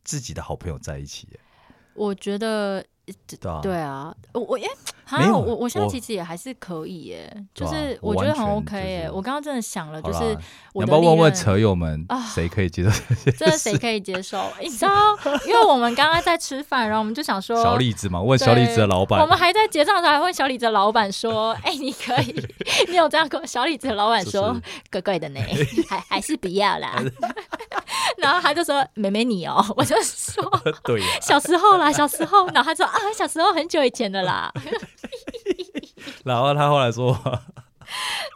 A: 自己的好朋友在一起耶，
B: 我觉得，
A: 对吧？
B: 对啊，我我耶，好
A: 没
B: 像
A: 有
B: 我我现在
A: 我
B: 其实也还还是可以耶，就
A: 对啊
B: 是
A: 我
B: 我觉得
A: 完
B: 很
A: 全
B: OK
A: 就是
B: 耶。我刚刚真的想了，
A: 好
B: 就
A: 啦，
B: 是我
A: 要
B: 的
A: 不要问
B: 历
A: 问
B: 任
A: 车友们
B: 啊
A: 谁可以接受这
B: 这
A: 件
B: 谁
A: 事？
B: 可以
A: (laughs)
B: 接受？你知道，因为我们刚刚在吃饭，然后我们就想
A: (laughs)
B: 说，
A: 小李子嘛，问小李子的老板，
B: 我们还在结账的时候还问小李子的老板说：“哎、你可以，
A: (laughs)
B: 你有这样跟小李子的老板说
A: 就是，
B: 贵
A: (laughs)
B: 贵的呢，还还是不要啦。” (laughs) 然后他就说：“妹妹你哦。” (laughs) 我就说
A: (laughs) 对啊呀、：“
B: 小时候啦，小时候。”然后他说：“啊，小时候很久以前的啦， (laughs)
A: 然后他后来说，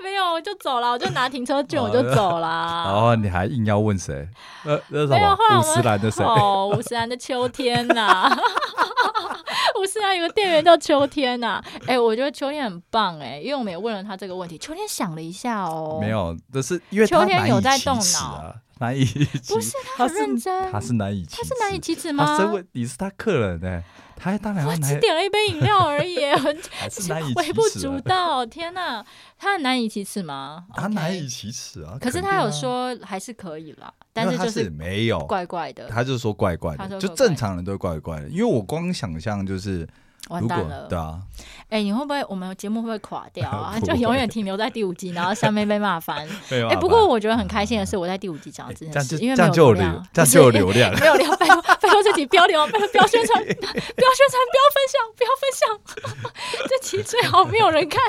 B: 没有，我就走了，我就拿停车券，我就走
A: 然
B: 啦。”
A: 后你还硬要问谁？呃，那是什
B: 啊没有
A: 么
B: 后来我
A: 乌
B: 们
A: 斯兰的谁？
B: 哦，五十岚的秋天呐、 (laughs) 五十岚有个店员叫秋天呐、哎、我觉得秋天很棒哎、因为我们也问了他这个问题，秋天想了一下哦，
A: (laughs) 没有，但是因为
B: 秋
A: 他
B: 天
A: 难
B: 有
A: 以
B: 在
A: 启
B: 动
A: 齿
B: 脑
A: 啊，难以
B: 不
A: 不
B: 是
A: 他
B: 他很认真，
A: 他是难以他
B: 他是难以启齿吗？
A: 他身为你是他客人呢，他还当然要
B: 我
A: 难
B: 只点了一杯饮料
A: (laughs)
B: 而已，我
A: 还是
B: 只
A: 难以
B: 微不
A: 启齿
B: 足
A: 啊，
B: 道。天哪，他很难以启齿吗？
A: 他
B: OK
A: 难以。启齿啊。
B: 可是
A: 肯
B: 他
A: 定
B: 有
A: 啊，
B: 说还是可以啦，
A: 因
B: 但
A: 为
B: 是
A: 他哦
B: 就是是
A: 没有，
B: 怪怪的，
A: 他就说怪怪
B: 他说
A: 的，就
B: 怪怪
A: 正常人都会怪怪的，因为我光想象就是
B: 完
A: 如
B: 蛋
A: 果
B: 了。
A: 对啊，
B: 哎、你会不会我们节目会不会垮
A: (laughs)
B: 掉啊？
A: 不
B: 就
A: 会
B: 永远停留在第五集，然后下面被骂翻。
A: (laughs) 没有啊
B: 哎、
A: 办法
B: 不过我觉得很开心的是，我在第五集讲了
A: 哎
B: 这
A: 这
B: 件
A: 样
B: 事，
A: 就
B: 因为
A: 这
B: 没
A: 样
B: 有
A: 就有
B: 流
A: 流
B: 量，，
A: 这样就有
B: 就是。
A: 流量
B: 没有流，拜托拜托这集不要流，拜托不要宣
A: (laughs)
B: 传，不要宣传，不要分享，不要分享， (laughs) 这集最好没有人看。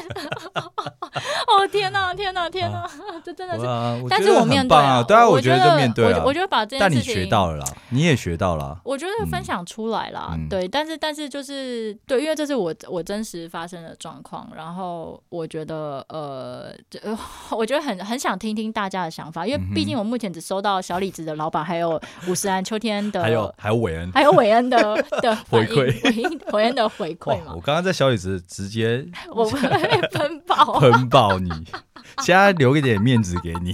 B: (laughs) 哦天哪，天哪，天哪，这真的是。
A: 啊 (laughs) 哇我
B: 但
A: 觉
B: 是
A: 得
B: 我
A: 很
B: 面对
A: 棒啊，对啊，
B: 我
A: 觉得就面对
B: 我
A: 啊
B: 我，觉得把这件
A: 但你
B: 事情
A: 学到了啦，你也学到了啊，
B: 我觉得分享出来啦，
A: 嗯嗯
B: 对，但是但是就是对，因为这是我我真实发生的状况，然后我觉得呃，这呃 (laughs) 我觉得很很想听听大家的想法，因为毕
A: 嗯
B: 竟我目前只收到小李子的老板，还有五十岚秋天的，
A: 还有还有韦恩，
B: 还有韦
A: (laughs)
B: 恩的的
A: 回
B: 反应
A: 馈，
B: 韦恩韦恩的回
A: 哇
B: 馈！嘛
A: 我，刚刚在小椅子直接
B: (laughs) 我们会奔跑。
A: 喷爆你，现在留一点面子给
B: (laughs)
A: 你。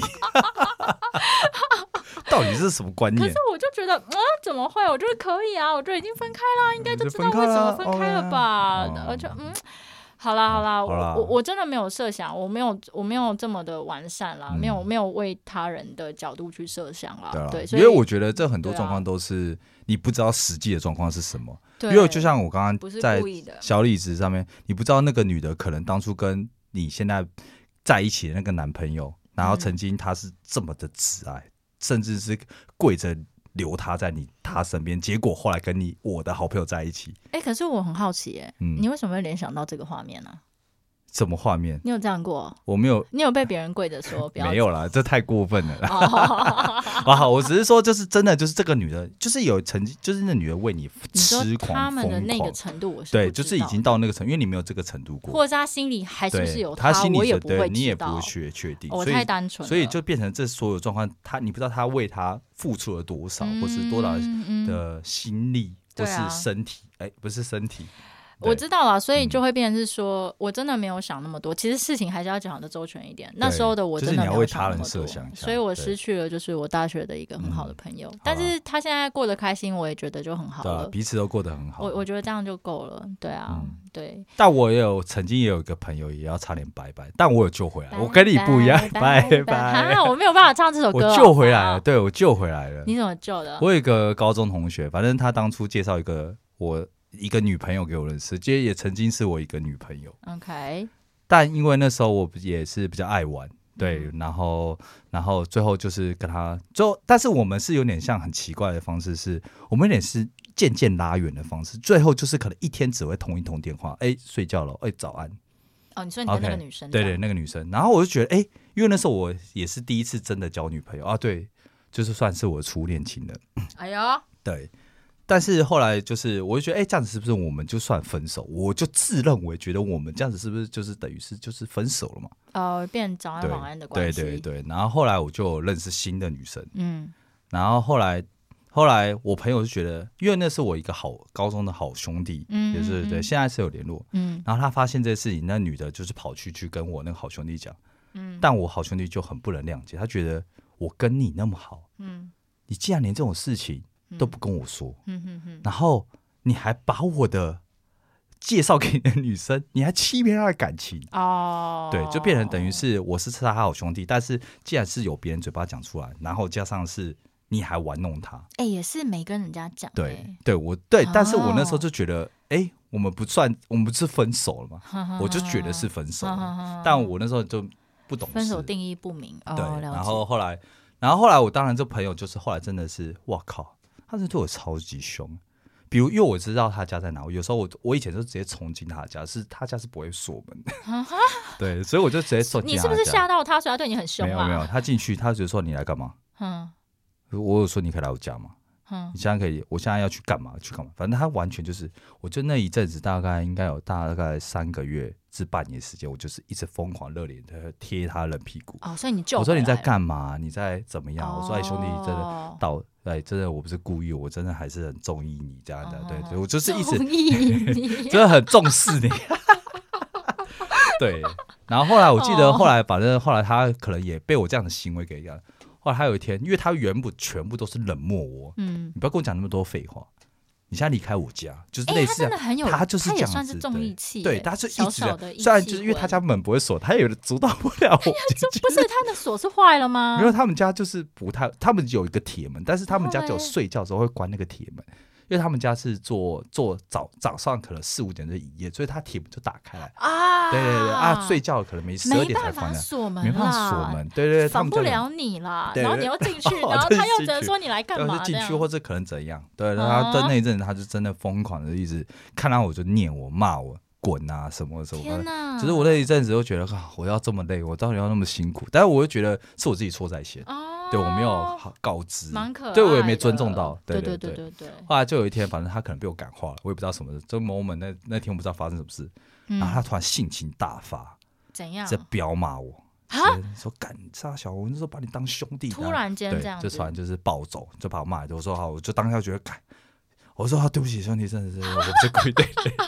A: 到底是什么观
B: 可
A: 念
B: 是？我就觉得，嗯，怎么会？我觉得可以啊，我觉得已经分开啦，应该就知道
A: 啊分
B: 为
A: 开
B: 什么
A: 啦
B: 分开了
A: OK
B: 吧
A: 哦。
B: 而且，嗯，好啦好啦，
A: 好啦
B: 我我我真的没有设想，我没有我没有这么的完善啦，
A: 嗯
B: 没有没有为他人的角度去设想啦。
A: 对啊，
B: 对，所
A: 因
B: 以
A: 为我觉得这很多
B: 对啊
A: 状况都是你不知道实际的状况是什么，
B: 对
A: 因为就像我刚
B: 不
A: 刚
B: 是
A: 在
B: 故意的，
A: 小李子上面，你不知道那个女的可能当初跟你现在在一起的那个男朋友然后曾经他是这么的挚爱，甚至是跪着留他在你他身边，结果后来跟你我的好朋友在一起，
B: 哎、可是我很好奇、哎、
A: 嗯
B: 你为什么会联想到这个画面呢、
A: 什么画面？
B: 你有这样过？
A: 我没有，
B: 你有被别人跪着说不要？
A: 没有啦，这太过分了啦。 (laughs)
B: 哦，
A: 啊，我只是说，就是真的，就是这个女的，就是有曾经，就是那女的为你
B: 你说
A: 痴
B: 他
A: 狂
B: 们的
A: 疯
B: 那个
A: 狂，
B: 程度，我是
A: 对，
B: 不知
A: 就是已
B: 道
A: 经
B: 的，
A: 到那个程度，因为你没有这个程度过，
B: 或者是他心里还是不是
A: 对
B: 有，
A: 她心
B: 我
A: 里
B: 也
A: 是
B: 不
A: 对
B: 会
A: 你
B: 知
A: 也不
B: 道。
A: 确确定，
B: 我
A: 所以
B: 太单纯了，
A: 所以就变成这所有状况，他你不知道他为他付出了多少，或是多少
B: 嗯嗯
A: 的呃心力，
B: 对
A: 或
B: 啊
A: 是身体，哎、不是身体，
B: 我
A: 对
B: 知道了，所
A: 嗯
B: 以就会变成是说，我真的没有想那么多。其实事情还是要讲的周全一点。那时候的我真的没有
A: 就是你
B: 想那么
A: 要
B: 多
A: 为他人设想一，下嗯
B: 所以我失去了就是我大学的一个很好的朋友。但是他现在过得开心，我也觉得就很好
A: 啊对、啊
B: 了，。
A: 彼此都过得很好。啊
B: 我我觉得这样就够了。对啊，
A: 嗯
B: 对。
A: 但我也有曾经也有一个朋友也要差点拜拜，但我有救回来，我跟你不一样， (laughs) 拜
B: 啊！我没有办法唱这首
A: 我
B: 歌，
A: 救回来
B: 好
A: 了，
B: 不好。
A: 对我救回来了。
B: 你怎么救的？
A: 我有一个高中同学，反正他当初介绍一个我一个女朋友给我认识，其实也曾经是我一个女朋友，
B: OK，
A: 但因为那时候我也是比较爱玩，对，然后然后最后就是跟他最后，但是我们是有点像很奇怪的方式是，我们有点是渐渐拉远的方式，最后就是可能一天只会通一通电话，哎，睡觉了，哎，早安，
B: 哦，你说你跟那个
A: OK，
B: 女生
A: 对
B: 这
A: 对，
B: 样，
A: 那个女生，然后我就觉得，哎，因为那时候我也是第一次真的交女朋友啊，对，就是算是我的初恋情人。
B: 哎呦，
A: 对，但是后来就是，我就觉得，哎、这样子是不是我们就算分手？我就自认为觉得我们这样子是不是就是等于是就是分手了嘛？
B: 哦，变早安
A: 对
B: 晚安的关
A: 对
B: 系，
A: 对对。然后后来我就有认识新的女生，
B: 嗯
A: 然后后来后来我朋友就觉得，因为那是我一个好高中的好兄弟，
B: 嗯
A: 也是
B: 嗯
A: 对，
B: 嗯
A: 现在是有联络。
B: 嗯
A: 然后他发现这件事情，那女的就是跑去去跟我那个好兄弟讲，
B: 嗯
A: 但我好兄弟就很不能谅解，他觉得我跟你那么好，
B: 嗯
A: 你竟然连这种事情都不跟我说，
B: 嗯嗯嗯，
A: 然后你还把我的介绍给你的女生，你还欺骗她的感情，
B: 哦，
A: 对，就变成等于是我是他好兄弟，但是既然是由别人嘴巴讲出来，然后加上是你还玩弄他，
B: 哎、也是没跟人家讲、
A: 对，对我对，但是我那
B: 哦
A: 时候就觉得，哎、我们不算，我们不是分手了吗？
B: 哎，
A: 我就觉得是分手
B: 哈
A: 了，
B: 哈哈
A: (laughs) 但我那时候就不懂事
B: 嗯分手定义不明，哦，
A: 对，
B: 了解
A: 然后后来，然后后来我当然这朋友就是后来真的是，哇靠，他是对我超级凶。比如，因为我知道他家在哪，我有时候我我以前就直接冲进他家，是他家是不会锁门的，
B: (laughs)
A: 对，所以我就直接冲进
B: 你
A: 他
B: 是
A: 家。
B: 不是吓到他，所以他对你很凶
A: 没有
B: 啊？
A: 没有，他进去，他就说你来干嘛？
B: 嗯
A: 我有说你可以来我家吗？
B: 嗯
A: 你现在可以，我现在要去干嘛？去干嘛？反正他完全就是，我就那一阵子大概应该有大概三个月至半年时间，我就是一直疯狂热脸的贴他冷屁股。
B: 哦，所以你救
A: 我说你
B: 回
A: 在
B: 来了？哦
A: 干嘛？你在怎么样？我说哎，兄弟，真的
B: 的
A: 到哎，真的我不是故意，我真的还是很中意你这样的，对
B: 哦
A: 对，我就是一直
B: (laughs) 直
A: 真的很重视
B: (laughs)
A: 你。对，然后后来我记得，
B: 哦
A: 后来反正后来他可能也被我这样的行为给影响。后来他有一天，因为他原本全部都是冷漠我，
B: 嗯，
A: 你不要跟我讲那么多废话，你现在离开我家，就是
B: 哎、
A: 类
B: 他
A: 似这样
B: 真的很有，
A: 他就是这
B: 也
A: 样
B: 算
A: 子
B: 是重
A: 对
B: 义气耶，
A: 对，他就一直
B: 小
A: 这
B: 小
A: 样
B: 的义气魂，哎
A: 虽然就是因为他家门不会锁，他也阻挡不了我 (laughs) 进去。
B: 不是他的锁是坏了吗？
A: 没有，他们家就是不太，他们有一个铁门，但是他们家
B: 然
A: 只
B: 后
A: 有
B: 嘞
A: 睡觉的时候会关那个铁门，因为他们家是做做早早上可能四五点就营业，所以他铁门就打开来。
B: 啊，
A: 对对对啊，睡觉可能没十二
B: 没
A: 点才
B: 办
A: 关
B: 法
A: 的，
B: 锁门啦，
A: 没办法锁门。对对对，他
B: 防
A: 们
B: 不
A: 家
B: 了你啦。
A: 对
B: 然后
A: 对
B: 你又进去
A: (laughs) ，哦
B: 然后
A: 真
B: 他又
A: 是
B: 只能
A: 进
B: 说你来干
A: 要
B: 嘛
A: 是
B: 这
A: 进
B: 样？
A: 去或者可能怎样？对，然后他在
B: 啊
A: 那一阵子他就真的疯狂的一直看到我就念我骂我滚啊什么什么
B: 天
A: 的。
B: 哪！
A: 只是我那一阵子就觉得，啊，我要这么累，我到底要那么辛苦？但是我又觉得是我自己错在先，
B: 哦，
A: 对我没有好告知，
B: 蛮可爱的，
A: 对我也没尊重到
B: 对
A: 对对
B: 对对
A: 对啊
B: 对对。
A: 后来就有一天，反正他可能被我感化了，我也不知道什么事。就某某那那天我不知道发生什么事，
B: 嗯
A: 然后他突然性情大发，
B: 怎样
A: 在？彪骂我，
B: 啊，
A: 直接说干啥小，我那时候把你当兄弟，
B: 突然间
A: 对
B: 这样，
A: 就突然就是暴走，就把我骂一顿。我说好，我就当下觉得干。我说、啊、对不起，兄弟，真的是我不是故意的。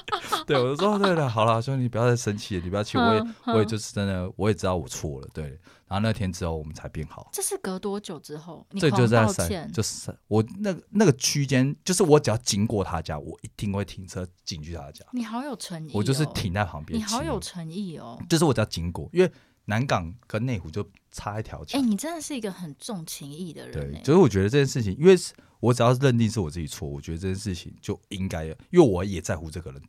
A: (laughs) 对，我就说对了，好了，兄弟，你不要再生气了，你不要气，我也
B: 嗯嗯
A: 我也就是真的，我也知道我错了，对。然后那天之后，我们才变好。
B: 这是隔多久之后？你
A: 这就
B: 狂
A: 在
B: 道
A: 三，
B: 歉，
A: 就是我那个那个区间，就是我只要经过他家，我一定会停车进去他家，
B: 你好有诚意哦，
A: 我就是停在旁边。
B: 你好有
A: 骑，
B: 诚意哦。
A: 就是我只要经过，因为南港跟内湖就差一条
B: 哎，
A: 桥，
B: 你真的是一个很重情义的人
A: 啊对，
B: 哎。
A: 所以我觉得这件事情，因为是我只要认定是我自己错，我觉得这件事情就应该，因为我也在乎这个人，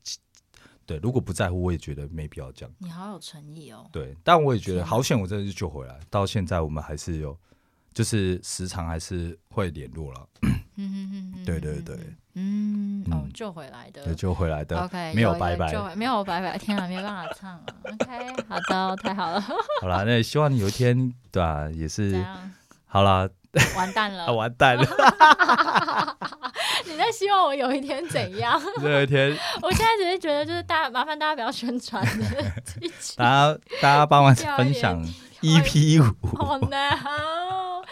A: 对，如果不在乎，我也觉得没必要这样。
B: 你好有诚意哦。
A: 对，但我也觉
B: 天
A: 得
B: 哪
A: 好险，我真的是救回来。到现在我们还是有，就是时常还是会联络了，
B: 嗯嗯嗯，
A: 对对对，
B: 嗯，哦，
A: 嗯
B: 救回来的。
A: 对，救回来的
B: OK，
A: 没有
B: 一个
A: 拜拜。
B: 救回没有拜拜，天啊，没办法唱了。OK，好的，太好了，
A: 好啦，那也希望你有一天，对啊，也
B: 这
A: 是
B: 样
A: 好啦，
B: 完蛋
A: 啊，
B: 了。
A: 完蛋
B: (laughs)
A: 了，
B: 你在希望我有一天怎样？ (laughs)
A: 这一天
B: 我现在只是觉得，就是大家麻烦大家不要宣传
A: (laughs)
B: 你的剧情
A: 大家大家帮忙
B: 掉一
A: 分 (laughs)
B: 点
A: 享
B: 哎
A: EP 五，
B: 好难哦。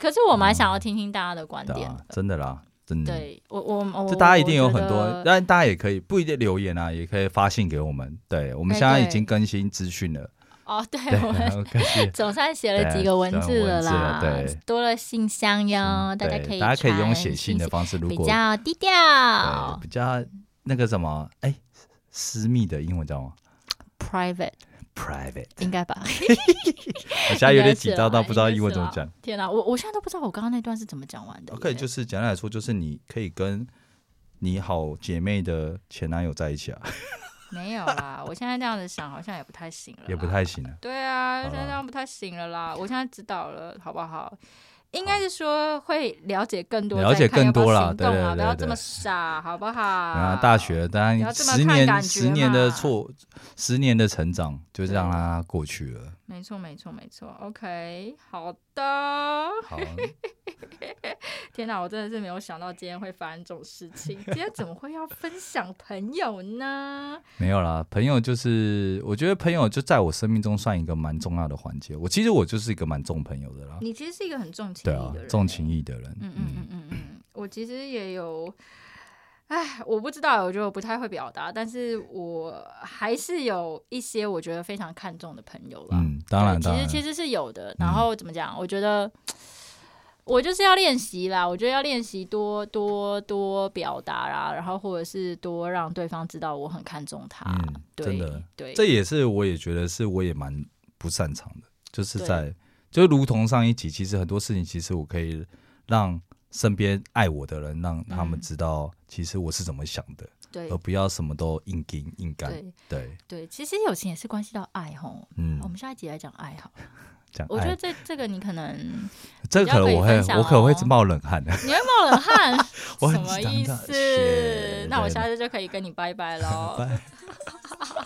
B: 可是我蛮想要听听大家的观
A: 对
B: 点
A: 啊
B: 的，。
A: 真的啦，真的。
B: 对我我我，
A: 就大家一定有
B: 我觉
A: 很多
B: 得，
A: 但大家也可以不一定留言啊，也可以发信给我们。对，我们
B: 哎
A: 现在已
B: 对
A: 经更新资讯了，
B: 哦，对
A: 对，
B: (laughs)
A: (laughs)
B: 我
A: 然
B: 们
A: 后更新
B: 总算写了几个文字了啦，
A: 对文字了对
B: 多了信箱哟，嗯大家
A: 对
B: 可以
A: 大家可以用
B: 传
A: 写信的
B: 息，
A: 方式，如
B: 比
A: 果
B: 较低
A: 对
B: 调
A: 比较那个什么，哎，私密的英文叫什么
B: ，private
A: ？private。
B: 应
A: (laughs)
B: 该吧？
A: 我现在有
B: 应该
A: 点
B: 是
A: 紧张
B: 啦
A: 到不知道英文怎么。
B: 应该是哦
A: 讲
B: 啦。天哪，我我现在都不知道我刚刚那段是怎么讲完的耶。
A: OK，就是简单来说，就是你可以跟你好姐妹的前男友在一起啊，
B: 没有啦，我现在这样子想好像也不太行了，
A: 也不。太行啊。
B: 对
A: 好
B: 啊，现在
A: 啦
B: 这样不太行了啦，我现在知道了，好不好？应该是说会了解更多，
A: 了解
B: 再看要不
A: 更
B: 要
A: 多啦
B: 行动啊
A: 对对对
B: 不要
A: 对
B: 这么傻，好不好？
A: 然啊后大学，当
B: 不啊要
A: 然
B: 这么
A: 十
B: 看感
A: 年
B: 觉
A: 十年的
B: 嘛
A: 错，十年的成长，就
B: 对
A: 让它过去了。
B: 没错，没错，没错。OK，好的。 (laughs)
A: 好，
B: 天哪，我真的是没有想到今天会发生这种事情。今天怎么会要分享朋友呢？
A: 没有啦，朋友就是，我觉得朋友就在我生命中算一个蛮重要的环节。我其实我就是一个蛮重朋友的啦，
B: 你其实是一个很重情
A: 对
B: 义
A: 啊
B: 的人、，
A: 重情义的人。
B: 嗯嗯嗯嗯嗯，我其实也有，哎，我不知道，我觉得我不太会表达，但是我还是有一些我觉得非常看重的朋友啦。
A: 嗯，当然
B: 对
A: 当然，嗯
B: 其实其实是有的。然后怎么讲？我觉得我就是要练习啦，我觉得要练习多多多表达啦，然后或者是多让对方知道我很看重他。
A: 嗯真
B: 对
A: 的
B: 对，
A: 这也是我也觉得是我也蛮不擅长的，就是
B: 对
A: 在就如同上一集，其实很多事情其实我可以让身边爱我的人让他们
B: 嗯
A: 知道，其实我是怎么想的，
B: 对
A: 而不要什么都硬盯硬干。
B: 对
A: 对，
B: 对，其实友情也是关系到爱吼。
A: 嗯
B: 我，们下一集来讲爱
A: (laughs)
B: 好了，
A: 这样
B: 我觉得
A: 爱，
B: 这这个你可能你
A: 这
B: 比
A: 个
B: 较
A: 可能
B: 可以
A: 我会
B: 分享
A: 我可能会
B: 哦
A: 冒冷汗。
B: (laughs) 会冒冷汗，
A: (laughs) 我
B: 什
A: 很
B: 么
A: 紧
B: 意
A: 张
B: 思
A: 是？
B: 那我
A: 对
B: 下次就可以跟你拜拜
A: (laughs)
B: 喽。
A: 拜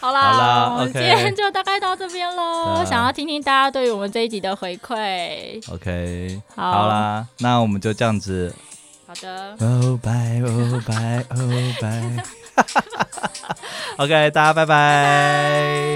B: 好啦，
A: 好啦
B: 我们今
A: OK
B: 天就大概到这边喽。
A: 啊
B: 想要听听大家对于我们这一集的回馈。
A: OK，
B: 好
A: 好啦，那我们就这样子，
B: 好的，
A: 哦拜 (laughs)
B: (laughs)
A: 哦拜哦拜，OK，大家拜拜。